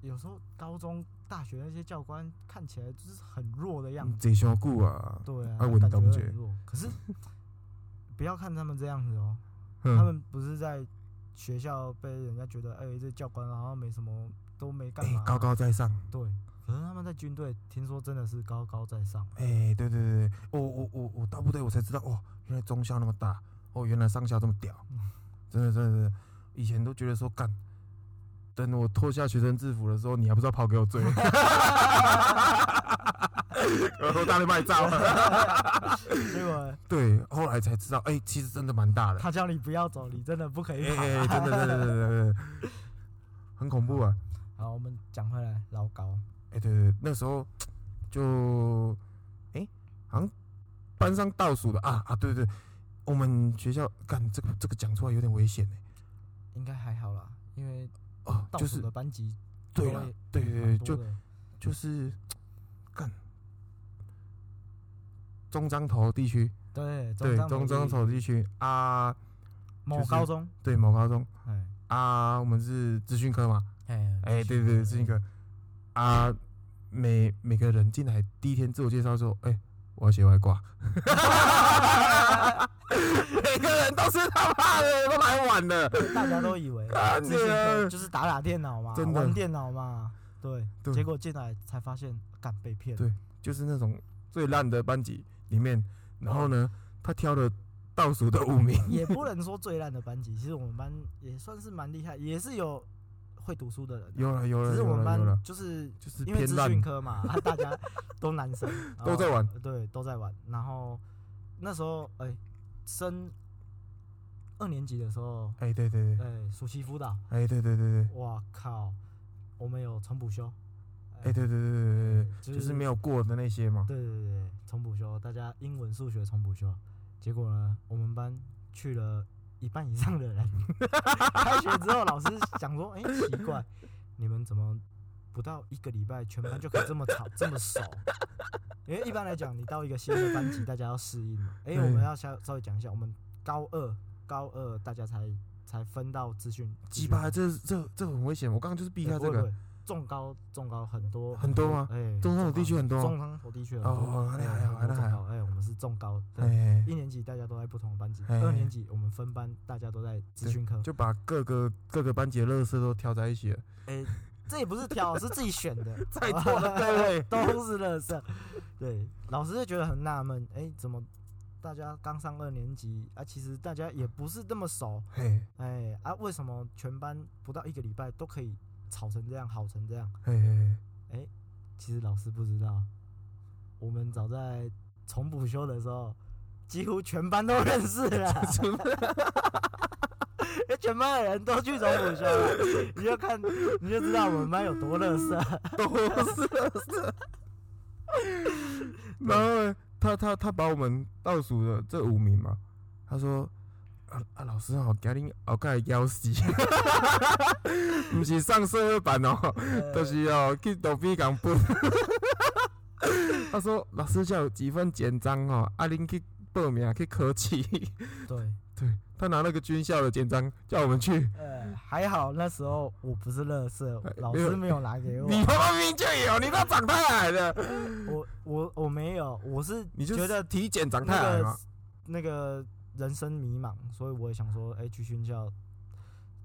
Speaker 2: 有时候高中、大学那些教官看起来就是很弱的样子。
Speaker 1: 贼嗯小顾啊，
Speaker 2: 对啊，
Speaker 1: 啊稳
Speaker 2: 感觉
Speaker 1: 当觉
Speaker 2: 很弱。可是不要看他们这样子哦，他
Speaker 1: 嗯，
Speaker 2: 们不是在学校被人家觉得，哎、这教官好像没什么，都没干
Speaker 1: 哎
Speaker 2: 嘛、，啊
Speaker 1: 高高在上，
Speaker 2: 对，可是他们在军队听说真的是高高在
Speaker 1: <laughs>
Speaker 2: 上，
Speaker 1: 哎，对对对，对我我我我到部队我才知道，哇，原来中校那么大，哦，原来上校这么屌，
Speaker 2: 嗯
Speaker 1: 真的真的真的，以前都觉得说干，等我脱下学生制服的时候，你还不知道跑给我追， <laughs> 我说大力卖照，
Speaker 2: 结果
Speaker 1: 对，后来才知道，哎，其实真的蛮大的，
Speaker 2: 他叫你不要走，你真的不可
Speaker 1: 哎
Speaker 2: 以跑。
Speaker 1: 哎，真的真的真的真的，很恐怖啊。
Speaker 2: 好，我们讲回来，老高，
Speaker 1: 哎、对对，对那时候就哎、好像班上倒数的啊啊，对对，对我们学校干这个这个讲出来有点危险哎、
Speaker 2: 应该还好啦，因为
Speaker 1: 哦，
Speaker 2: 倒
Speaker 1: 就
Speaker 2: 数
Speaker 1: 是
Speaker 2: 的班级
Speaker 1: 对
Speaker 2: 了
Speaker 1: 了，，对对对，
Speaker 2: 蛮多
Speaker 1: 就
Speaker 2: 的
Speaker 1: 就是干中彰投地区，
Speaker 2: 对
Speaker 1: 对中彰
Speaker 2: 中
Speaker 1: 投地区啊，
Speaker 2: 某
Speaker 1: 就是
Speaker 2: 高中，
Speaker 1: 对某高中
Speaker 2: 哎
Speaker 1: 啊，我们是资讯科嘛，
Speaker 2: 哎
Speaker 1: 哎、对对对，资讯科啊，每每个人进来第一天自我介绍说，哎、我要写外挂。 <laughs> 每个人都是他妈的都来晚了。
Speaker 2: 大家都以为
Speaker 1: 干
Speaker 2: 自信
Speaker 1: 你
Speaker 2: 课
Speaker 1: <laughs> 啊
Speaker 2: 就是打打电脑嘛，
Speaker 1: 真的
Speaker 2: 玩电脑嘛，对，
Speaker 1: 对
Speaker 2: 结果进来才发现，干被骗了
Speaker 1: 对，就是那种最烂的班级里面，然后呢，他挑了倒数的五名。
Speaker 2: 也不能说最烂的班级，其实我们班也算是蛮厉害，也是有会读书的人啊，
Speaker 1: 有了有
Speaker 2: 只
Speaker 1: 了
Speaker 2: 是我
Speaker 1: 有
Speaker 2: 们
Speaker 1: 了有了
Speaker 2: 班，就是
Speaker 1: 就是
Speaker 2: 因为
Speaker 1: 偏
Speaker 2: 资
Speaker 1: 烂，
Speaker 2: 讯。科嘛，啊大家都男生
Speaker 1: <laughs> 都在玩
Speaker 2: 然后，对，都在玩。然后那时候，哎、升二年级的时候，
Speaker 1: 哎，对对
Speaker 2: 哎、
Speaker 1: 对，
Speaker 2: 暑期辅导，
Speaker 1: 哎对对对对，
Speaker 2: 哇靠，我们有重补修，
Speaker 1: 哎对对对对
Speaker 2: 就
Speaker 1: 对，就是没有过的那些嘛。
Speaker 2: 对对对对，重补修，大家英文、数学重补修。结果呢，我们班去了一半以上的人。
Speaker 1: <laughs>
Speaker 2: 开学之后，老师想说：“哎、奇怪，你们怎么不到一个礼拜，全班就可以这么
Speaker 1: <laughs>
Speaker 2: 吵、这么熟？”因为一般来讲，你到一个新的班级，大家要适应嘛。哎、
Speaker 1: 对
Speaker 2: 我们要稍稍微讲一下，我们高二高二大家才才分到资讯，
Speaker 1: 鸡巴，这这这很危险。我刚刚就是避
Speaker 2: 地
Speaker 1: 开这个。
Speaker 2: 重高重高很多
Speaker 1: 很多吗
Speaker 2: 哎、
Speaker 1: 中山口地区很多吗
Speaker 2: 中山口地区很多。
Speaker 1: 哦那还好
Speaker 2: 很多
Speaker 1: 那还
Speaker 2: 中高哎、我们是重高，对，
Speaker 1: 哎，
Speaker 2: 一年级大家都在不同的班级，
Speaker 1: 哎
Speaker 2: 二年级我们分班，大家都在资讯科。
Speaker 1: 就把各个各个班级的乐色都挑在一起了。
Speaker 2: 哎、这也不是挑，是自己选的，
Speaker 1: <laughs> 在座的各位
Speaker 2: <laughs> 都是乐色。对，老师就觉得很纳闷，哎、怎么大家刚上二年级啊？其实大家也不是这么熟，
Speaker 1: 嘿，
Speaker 2: 哎、啊，为什么全班不到一个礼拜都可以吵成这样，好成这样？
Speaker 1: 嘿嘿嘿，
Speaker 2: 其实老师不知道，我们早在重补修的时候，几乎全班都认识了，因为全班的人都去重补修了， <laughs> 你就看你就知道我们班有多乐色。
Speaker 1: 都是垃圾。然后呢他他他把我们倒数的这五名嘛，他说啊啊老师好，给你熬盖腰死， <laughs> 不是上社会版哦， <laughs> 都是哦去躲避港本。 <laughs> 他说老师叫有几份简章哦，啊恁去报名去考试。
Speaker 2: 对，
Speaker 1: 对他拿那个军校的简章叫我们去，
Speaker 2: 呃，还好那时候我不是乐色
Speaker 1: 哎，
Speaker 2: 老
Speaker 1: 没有
Speaker 2: 师没有拿给我，
Speaker 1: 你他妈明明就有，你都长太矮了，
Speaker 2: 我我我没有，我是
Speaker 1: 你就
Speaker 2: 觉得
Speaker 1: 体检长太
Speaker 2: 那
Speaker 1: 矮
Speaker 2: 个
Speaker 1: 嘛。
Speaker 2: 那个人生迷茫，所以我也想说，哎、去军校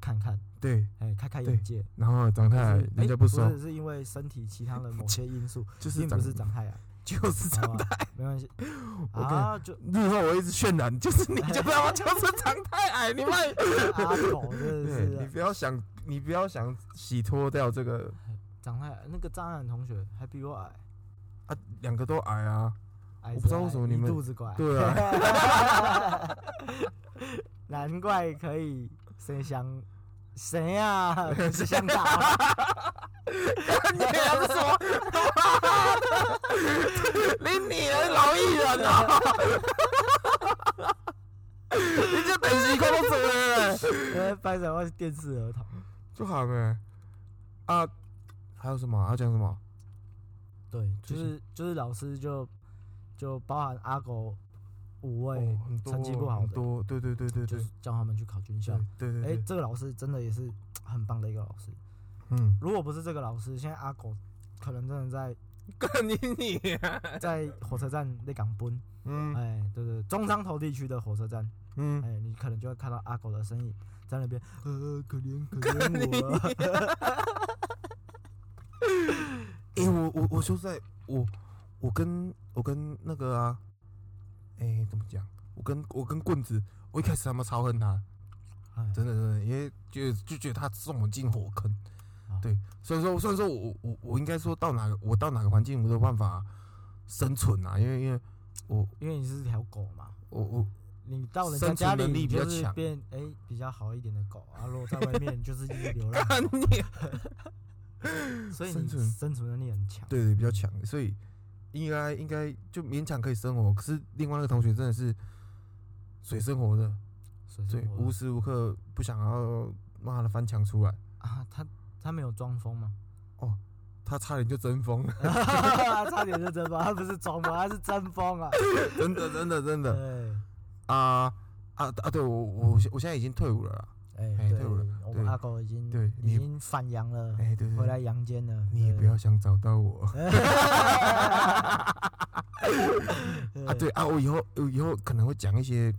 Speaker 2: 看看，
Speaker 1: 对，
Speaker 2: 哎、开开
Speaker 1: 对
Speaker 2: 眼界。
Speaker 1: 然后长太
Speaker 2: 就
Speaker 1: 矮
Speaker 2: 是，
Speaker 1: 人
Speaker 2: 哎
Speaker 1: 家
Speaker 2: 不
Speaker 1: 不收，
Speaker 2: 是是因为身体其他的某些因素，
Speaker 1: 就是
Speaker 2: 并
Speaker 1: 长
Speaker 2: 不是长哦太矮，
Speaker 1: 就是
Speaker 2: 好
Speaker 1: 长
Speaker 2: 吧
Speaker 1: 太。
Speaker 2: 没关系
Speaker 1: 我跟
Speaker 2: 啊，就
Speaker 1: 日后我一直渲
Speaker 2: <laughs>
Speaker 1: 染，就是你就他妈 <laughs> 就是长太矮，你妈！
Speaker 2: 阿狗真
Speaker 1: <laughs>
Speaker 2: 的
Speaker 1: 对
Speaker 2: 是
Speaker 1: 你
Speaker 2: 啊
Speaker 1: 不要想，你不要想洗脱掉这个
Speaker 2: 长太矮。那个张翰同学还比我矮，
Speaker 1: 啊，两个都矮啊，
Speaker 2: 矮
Speaker 1: 我不
Speaker 2: 着
Speaker 1: 知道为
Speaker 2: 矮
Speaker 1: 什么你
Speaker 2: 一
Speaker 1: 们
Speaker 2: 肚子怪，
Speaker 1: 对啊，
Speaker 2: <laughs> 难怪可以谁想谁啊
Speaker 1: <laughs>
Speaker 2: 呀？不是想打
Speaker 1: 你还 <laughs> 是说，你你还老艺人啊！你这等习惯都走了，
Speaker 2: 呃，拍手我是电视儿童。
Speaker 1: 就好没啊？还有什么？还要讲什么？
Speaker 2: 对，
Speaker 1: 就
Speaker 2: 就
Speaker 1: 是
Speaker 2: 是就是老师就就包含阿狗五位，
Speaker 1: 哦很多
Speaker 2: 成绩不好的
Speaker 1: 很多，对对对对
Speaker 2: 就
Speaker 1: 对
Speaker 2: 是叫他们去考军校。
Speaker 1: 对对
Speaker 2: 哎、
Speaker 1: 对，
Speaker 2: 这个老师真的也是很棒的一个老师。
Speaker 1: 嗯，
Speaker 2: 如果不是这个老师，现在阿狗可能真的在 <laughs>
Speaker 1: 干你你，
Speaker 2: 在火车站那港奔，
Speaker 1: 嗯
Speaker 2: 哎、对对，中山头地区的火车站，哎、
Speaker 1: 嗯，
Speaker 2: 你可能就会看到阿狗的身影在那边，呃，可
Speaker 1: <laughs>
Speaker 2: 怜可怜我啊，
Speaker 1: 哎，我我我说实在我我跟我跟那个啊，哎，怎么讲？我跟我跟棍子，我一开始他妈超恨他，
Speaker 2: 哎
Speaker 1: 真的真的，因为就就觉得他送我进火坑
Speaker 2: 啊。
Speaker 1: 对，所以说虽然说我我我应该说到哪个我到哪个环境我都有办法生存啊，因为因为我
Speaker 2: 因为你是条狗嘛，
Speaker 1: 我
Speaker 2: <laughs>
Speaker 1: 我
Speaker 2: 你到人家
Speaker 1: 生存
Speaker 2: 家里
Speaker 1: 能力
Speaker 2: 你
Speaker 1: 比较
Speaker 2: 就是
Speaker 1: 强
Speaker 2: 变哎、比较好一点的狗，啊，如果在外面就是一只
Speaker 1: <laughs>
Speaker 2: 流浪狗，
Speaker 1: 你
Speaker 2: 所以
Speaker 1: 生
Speaker 2: 你
Speaker 1: 存
Speaker 2: 生存能力很强。
Speaker 1: 对对比较强，所以应该应该就勉强可以生活。可是另外那个同学真的是水生活的，
Speaker 2: 所以
Speaker 1: 对，
Speaker 2: 说
Speaker 1: 无
Speaker 2: 我
Speaker 1: 时无刻不想要妈的翻墙出来，
Speaker 2: 啊，他他没有装
Speaker 1: <laughs>
Speaker 2: 疯吗？ <laughs>
Speaker 1: 他差点就争锋了，
Speaker 2: 差点就真疯，他不是装疯，他是真疯啊！
Speaker 1: 真的真的真
Speaker 2: <laughs>
Speaker 1: 的
Speaker 2: 对，
Speaker 1: 啊啊啊！对我我我现在已经退伍了啦，
Speaker 2: 哎
Speaker 1: 哎
Speaker 2: 对，
Speaker 1: 对我
Speaker 2: 我们
Speaker 1: 对
Speaker 2: 阿狗已经
Speaker 1: 对
Speaker 2: 已
Speaker 1: 你
Speaker 2: 经返阳了，
Speaker 1: 哎对对
Speaker 2: 嗯回
Speaker 1: 对，
Speaker 2: 来阳间了。
Speaker 1: 你也不
Speaker 2: 对
Speaker 1: 要想找到我。啊，对，啊，我以后我以后可能会讲一些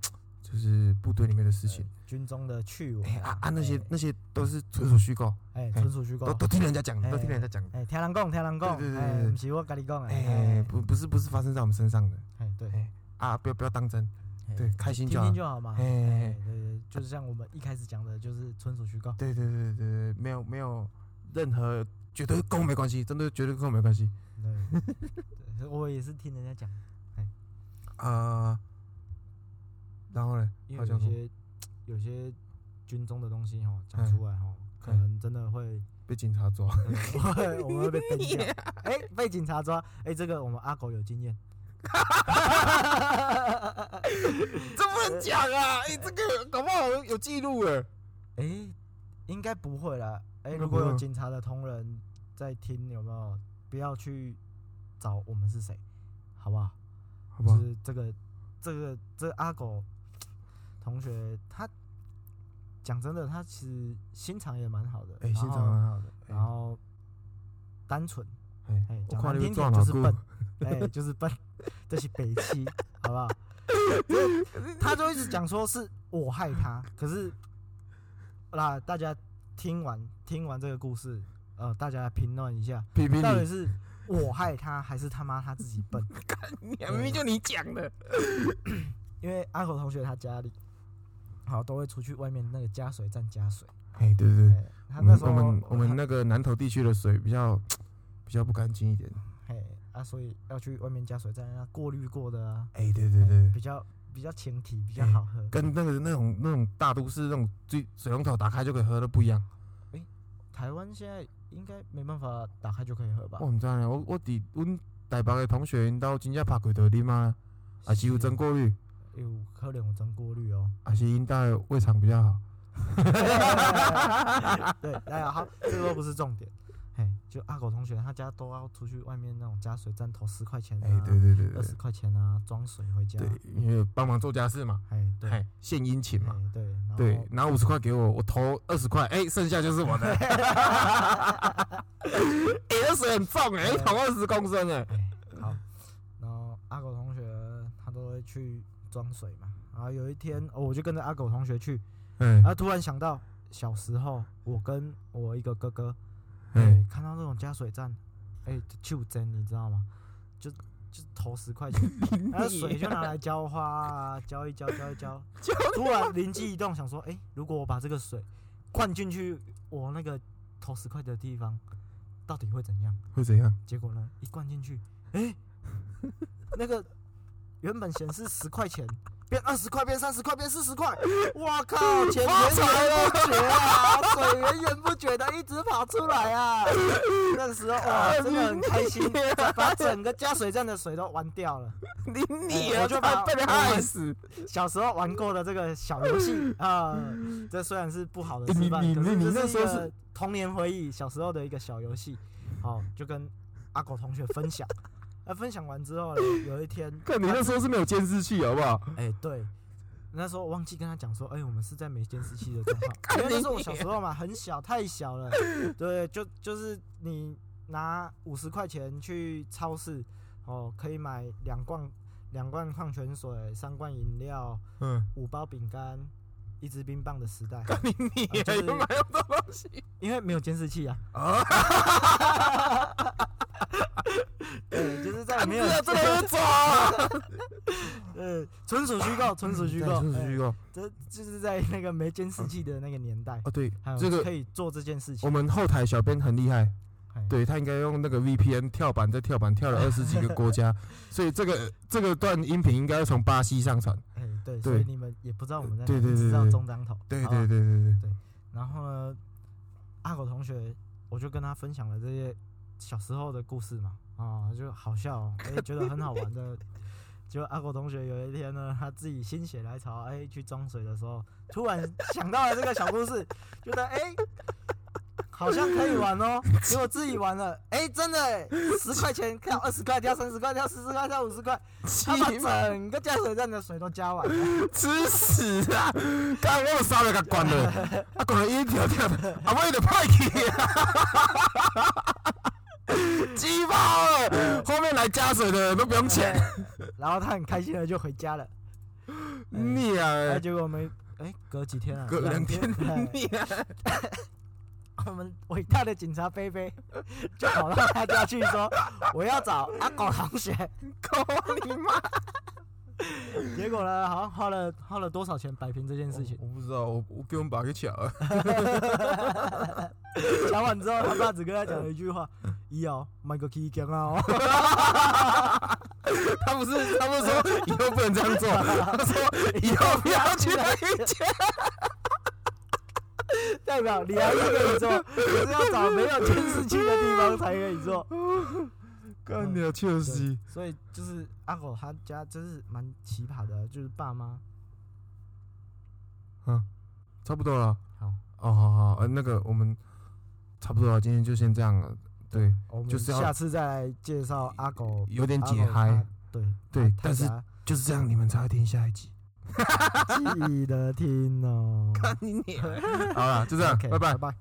Speaker 1: 就是部队里面的事情。
Speaker 2: 军中的趣闻
Speaker 1: 哎、啊啊，那些那些都是纯属虚构，
Speaker 2: 哎
Speaker 1: 哎
Speaker 2: 纯属虚构
Speaker 1: 都，都听人家讲的，都听
Speaker 2: 哎
Speaker 1: 人家讲的。
Speaker 2: 哎听人讲听人讲，
Speaker 1: 对对对
Speaker 2: 哎
Speaker 1: 对对
Speaker 2: 不是我跟你讲的，
Speaker 1: 哎、
Speaker 2: 哎
Speaker 1: 不不是不是发生在我们身上的
Speaker 2: 哎对，
Speaker 1: 啊，不要不要当真，
Speaker 2: 哎
Speaker 1: 对，开心就
Speaker 2: 听
Speaker 1: 好
Speaker 2: 听。就好嘛。
Speaker 1: 哎
Speaker 2: 哎对对，就是像我们一开始讲的，就是纯属虚构。
Speaker 1: 对对对对对，没有没有任何，绝对跟我没关系，真的绝对跟我没关系。
Speaker 2: 对， <laughs> 对我也是听人家讲，
Speaker 1: 啊、然后呢，
Speaker 2: 因
Speaker 1: 好
Speaker 2: 为有
Speaker 1: 像什么
Speaker 2: 些有些军中的东西哈讲
Speaker 1: 嗯
Speaker 2: 出来哈，可
Speaker 1: 嗯
Speaker 2: 能真的
Speaker 1: <laughs>
Speaker 2: 会
Speaker 1: 被警察抓，
Speaker 2: 我会我们会被登掉。
Speaker 1: 啊
Speaker 2: 哎、被警察抓，哎、这个我们阿狗有经
Speaker 1: <laughs>
Speaker 2: 验。
Speaker 1: 这不能讲啊！哎、这个搞不好有记录哎。
Speaker 2: 哎、应该不会啦。哎、
Speaker 1: 应该
Speaker 2: 如果
Speaker 1: 不会
Speaker 2: 有
Speaker 1: 吗
Speaker 2: 警察的同仁在听，有没有？不要去找我们是谁，好不好？
Speaker 1: 好不
Speaker 2: 就
Speaker 1: 好？
Speaker 2: 是这个这个这个阿狗同学，他讲真的，他其实心肠也蛮好的。
Speaker 1: 哎、
Speaker 2: 然
Speaker 1: 现场
Speaker 2: 后
Speaker 1: 蛮好的。哎
Speaker 2: 然后单纯，
Speaker 1: 哎
Speaker 2: 哎，
Speaker 1: 我
Speaker 2: 讲
Speaker 1: 看
Speaker 2: 难
Speaker 1: 你被
Speaker 2: 听
Speaker 1: 抓
Speaker 2: 点
Speaker 1: 哪
Speaker 2: 就是
Speaker 1: 过
Speaker 2: 笨，哎，就是笨，这是北七，好不好？他就一直讲说是我害他，可是，那大家听完听完这个故事，呃，大家来评论一下，
Speaker 1: 批评
Speaker 2: 到底
Speaker 1: 你，
Speaker 2: 是我害他，还是他妈他自己笨？
Speaker 1: <laughs>
Speaker 2: <laughs>
Speaker 1: 你明明就你讲的。
Speaker 2: 因为阿口同学他家里，好都会出去外面那个加水站加水，
Speaker 1: 哎、对对对，
Speaker 2: 哎，他那时候
Speaker 1: 我们我
Speaker 2: 他
Speaker 1: 们那个南投地区的水比较比较不干净一点。
Speaker 2: 嘿啊，所以要去外面加水站，要过滤过的啊。
Speaker 1: 哎、对对对，
Speaker 2: 比较比较前提比较好喝。
Speaker 1: 跟那个那种那种大都市那种水水龙头打开就可以喝的不一样。
Speaker 2: 台湾现在应该没办法打开就可以喝吧？
Speaker 1: 我唔知呢，我我伫阮台北的同学因兜真正拍过头啉啊，还是有真过滤，
Speaker 2: 有可能有真过滤
Speaker 1: <laughs>
Speaker 2: 哦。
Speaker 1: 还是因兜的胃肠比较好。
Speaker 2: 对，哎呀，好，这个都不是重点。嘿，就阿狗同学他家都要出去外面那种加水站投十块钱啊，
Speaker 1: 哎、对对对
Speaker 2: 二
Speaker 1: 对
Speaker 2: 十块钱啊，装水回家。
Speaker 1: 对，因为帮忙做家事嘛，
Speaker 2: 哎，对，哎
Speaker 1: 哎，献殷勤嘛。
Speaker 2: 对，然后
Speaker 1: 对，拿五十块给我，我投二十块，哎、剩下就是我的。 <laughs> 哎、二十很重哎、一桶二十公升哎、
Speaker 2: 哎，好，然后阿狗同学他都会去装水嘛，然后有一天、哦、我就跟着阿狗同学去，
Speaker 1: 嗯，
Speaker 2: 然后突然想到小时候，我跟我一个哥哥，哎、
Speaker 1: 哎，
Speaker 2: 看到那种加水站，哎、就真你知道吗？就就投十块钱，然后水就拿来浇花啊，浇一浇，浇一浇。突然灵机一动，想说，哎、如果我把这个水灌进去我那个投十块的地方，到底会怎样？
Speaker 1: 会怎样？
Speaker 2: 结果 <laughs> 呢，一灌进去，哎、那个原本显示十块钱，变二十块，变三十块，变四十块，哇靠！钱
Speaker 1: 发
Speaker 2: 源
Speaker 1: 财
Speaker 2: 源不绝啊，水源源不绝的一直跑出来啊！那个时候哇，真的 <laughs> 很啊开心，把整个加水站的水都玩掉了。
Speaker 1: 你你
Speaker 2: 哎
Speaker 1: 啊，
Speaker 2: 我就
Speaker 1: 就
Speaker 2: 把
Speaker 1: 被被他害死。
Speaker 2: 小时候玩过的这个小
Speaker 1: <laughs>
Speaker 2: 游戏啊，这虽然是不好的
Speaker 1: 哎
Speaker 2: 示
Speaker 1: 你
Speaker 2: 范，
Speaker 1: 你
Speaker 2: 可
Speaker 1: 你
Speaker 2: 是
Speaker 1: 你
Speaker 2: 这
Speaker 1: 那
Speaker 2: 是
Speaker 1: 时候
Speaker 2: 一
Speaker 1: 是
Speaker 2: 个童年回忆，小时候的一个小游戏，好，就跟阿狗同学分享。 <laughs> 那分享完之后呢，有一
Speaker 1: <laughs>
Speaker 2: 天，
Speaker 1: 看你那时候是没有监视器，好不好？
Speaker 2: 哎、对，那时候我忘记跟他讲说，哎、我们是在没监视器
Speaker 1: <laughs>
Speaker 2: 的状况，
Speaker 1: 干
Speaker 2: 因为那
Speaker 1: 你
Speaker 2: 时候我小时候嘛，很小，太小
Speaker 1: <laughs>
Speaker 2: 了，对，就就是你拿五十块钱去超市，哦，可以买两罐两罐矿泉水，三罐饮料，
Speaker 1: 嗯，
Speaker 2: 五包饼干，一支冰棒的时代，
Speaker 1: <laughs> 看你你
Speaker 2: 啊就是
Speaker 1: 有买有东西
Speaker 2: 因为没有监视
Speaker 1: <laughs>
Speaker 2: 器啊，
Speaker 1: 啊？
Speaker 2: 对，就是在
Speaker 1: 没
Speaker 2: 没
Speaker 1: 有
Speaker 2: 有，
Speaker 1: 真的是走啊！ <laughs>
Speaker 2: 呃，纯属虚构，纯属虚构，
Speaker 1: 嗯纯属
Speaker 2: 哎
Speaker 1: 虚构。
Speaker 2: 这就是在那个没监视器的那个年代，
Speaker 1: 哦，对
Speaker 2: 还，有
Speaker 1: 这
Speaker 2: 可
Speaker 1: 个
Speaker 2: 以做这件事情
Speaker 1: 我，们后台小编很厉害，
Speaker 2: 哎
Speaker 1: 对他应该用那个 VPN 跳板再跳板跳了二十几个国家，所以这个这个段音频应该要从巴西上传。
Speaker 2: 哎、对，
Speaker 1: 对
Speaker 2: 所以你们也不知道我们在哪，
Speaker 1: 对对对
Speaker 2: 只知道
Speaker 1: 对
Speaker 2: 中彰头。
Speaker 1: 对
Speaker 2: 好吧
Speaker 1: 对对对对，
Speaker 2: 然后呢，阿狗同学，我就跟他分享了这些小时候的故事嘛，啊、就好笑、哦，哎、觉得很好玩的。 <laughs> 就阿狗同学有一天呢，他自己心血来潮，哎、去装水的时候，突然想到了这个小故事， <laughs> 觉得哎、好像可以玩哦。结果自己玩了，哎、真的、哎十块钱跳二十块，跳三十块，跳四十块，跳五十块，他把
Speaker 1: 气
Speaker 2: 整个加水站的水都加完了。
Speaker 1: 吃屎啊！刚刚我杀了个关了，啊关了一条条的，啊我有点派气啊！鸡巴了，后面来加水的人都不用钱，
Speaker 2: 对然后他很开心的就回家了。
Speaker 1: 你
Speaker 2: 哎、
Speaker 1: 啊，
Speaker 2: 结果我们哎、隔几天啊，
Speaker 1: 隔两天
Speaker 2: 哎
Speaker 1: 你啊，<laughs>
Speaker 2: 我们伟大的警察菲菲就跑到他家去
Speaker 1: <laughs>
Speaker 2: 说，我要找阿狗同学。
Speaker 1: 靠你妈！
Speaker 2: <laughs> 结果呢，好像花了花了多少钱摆平这件事情。
Speaker 1: 我不知道，我我给我们爸给抢了，
Speaker 2: 讲完之后，他爸只跟他讲了一句话：“
Speaker 1: 嗯
Speaker 2: 以后买个 K 啊哦。” <laughs>
Speaker 1: 他不是他们说以后不能这样做，他说以后不要去那一家，
Speaker 2: 代表你还是可以做，可是要找没有监视器的地方才可以做。
Speaker 1: <laughs> 干你啊，确
Speaker 2: 对
Speaker 1: 实，
Speaker 2: 所以就是阿狗他家真是蛮奇葩的，啊就是爸妈
Speaker 1: 差不多了。
Speaker 2: 好，
Speaker 1: 哦，好好，呃，那个我们差不多了，今天就先这样了。对，
Speaker 2: 我们
Speaker 1: 就是要
Speaker 2: 下次再来介绍阿狗
Speaker 1: 有点
Speaker 2: 阿
Speaker 1: 解
Speaker 2: 狗
Speaker 1: 嗨
Speaker 2: 他，对
Speaker 1: 对
Speaker 2: 他
Speaker 1: 但是
Speaker 2: 家
Speaker 1: 就是这样，你们才会听下一集。
Speaker 2: 记得听哦。哦
Speaker 1: 你好了，就这样
Speaker 2: OK，，
Speaker 1: 拜拜
Speaker 2: 拜。拜。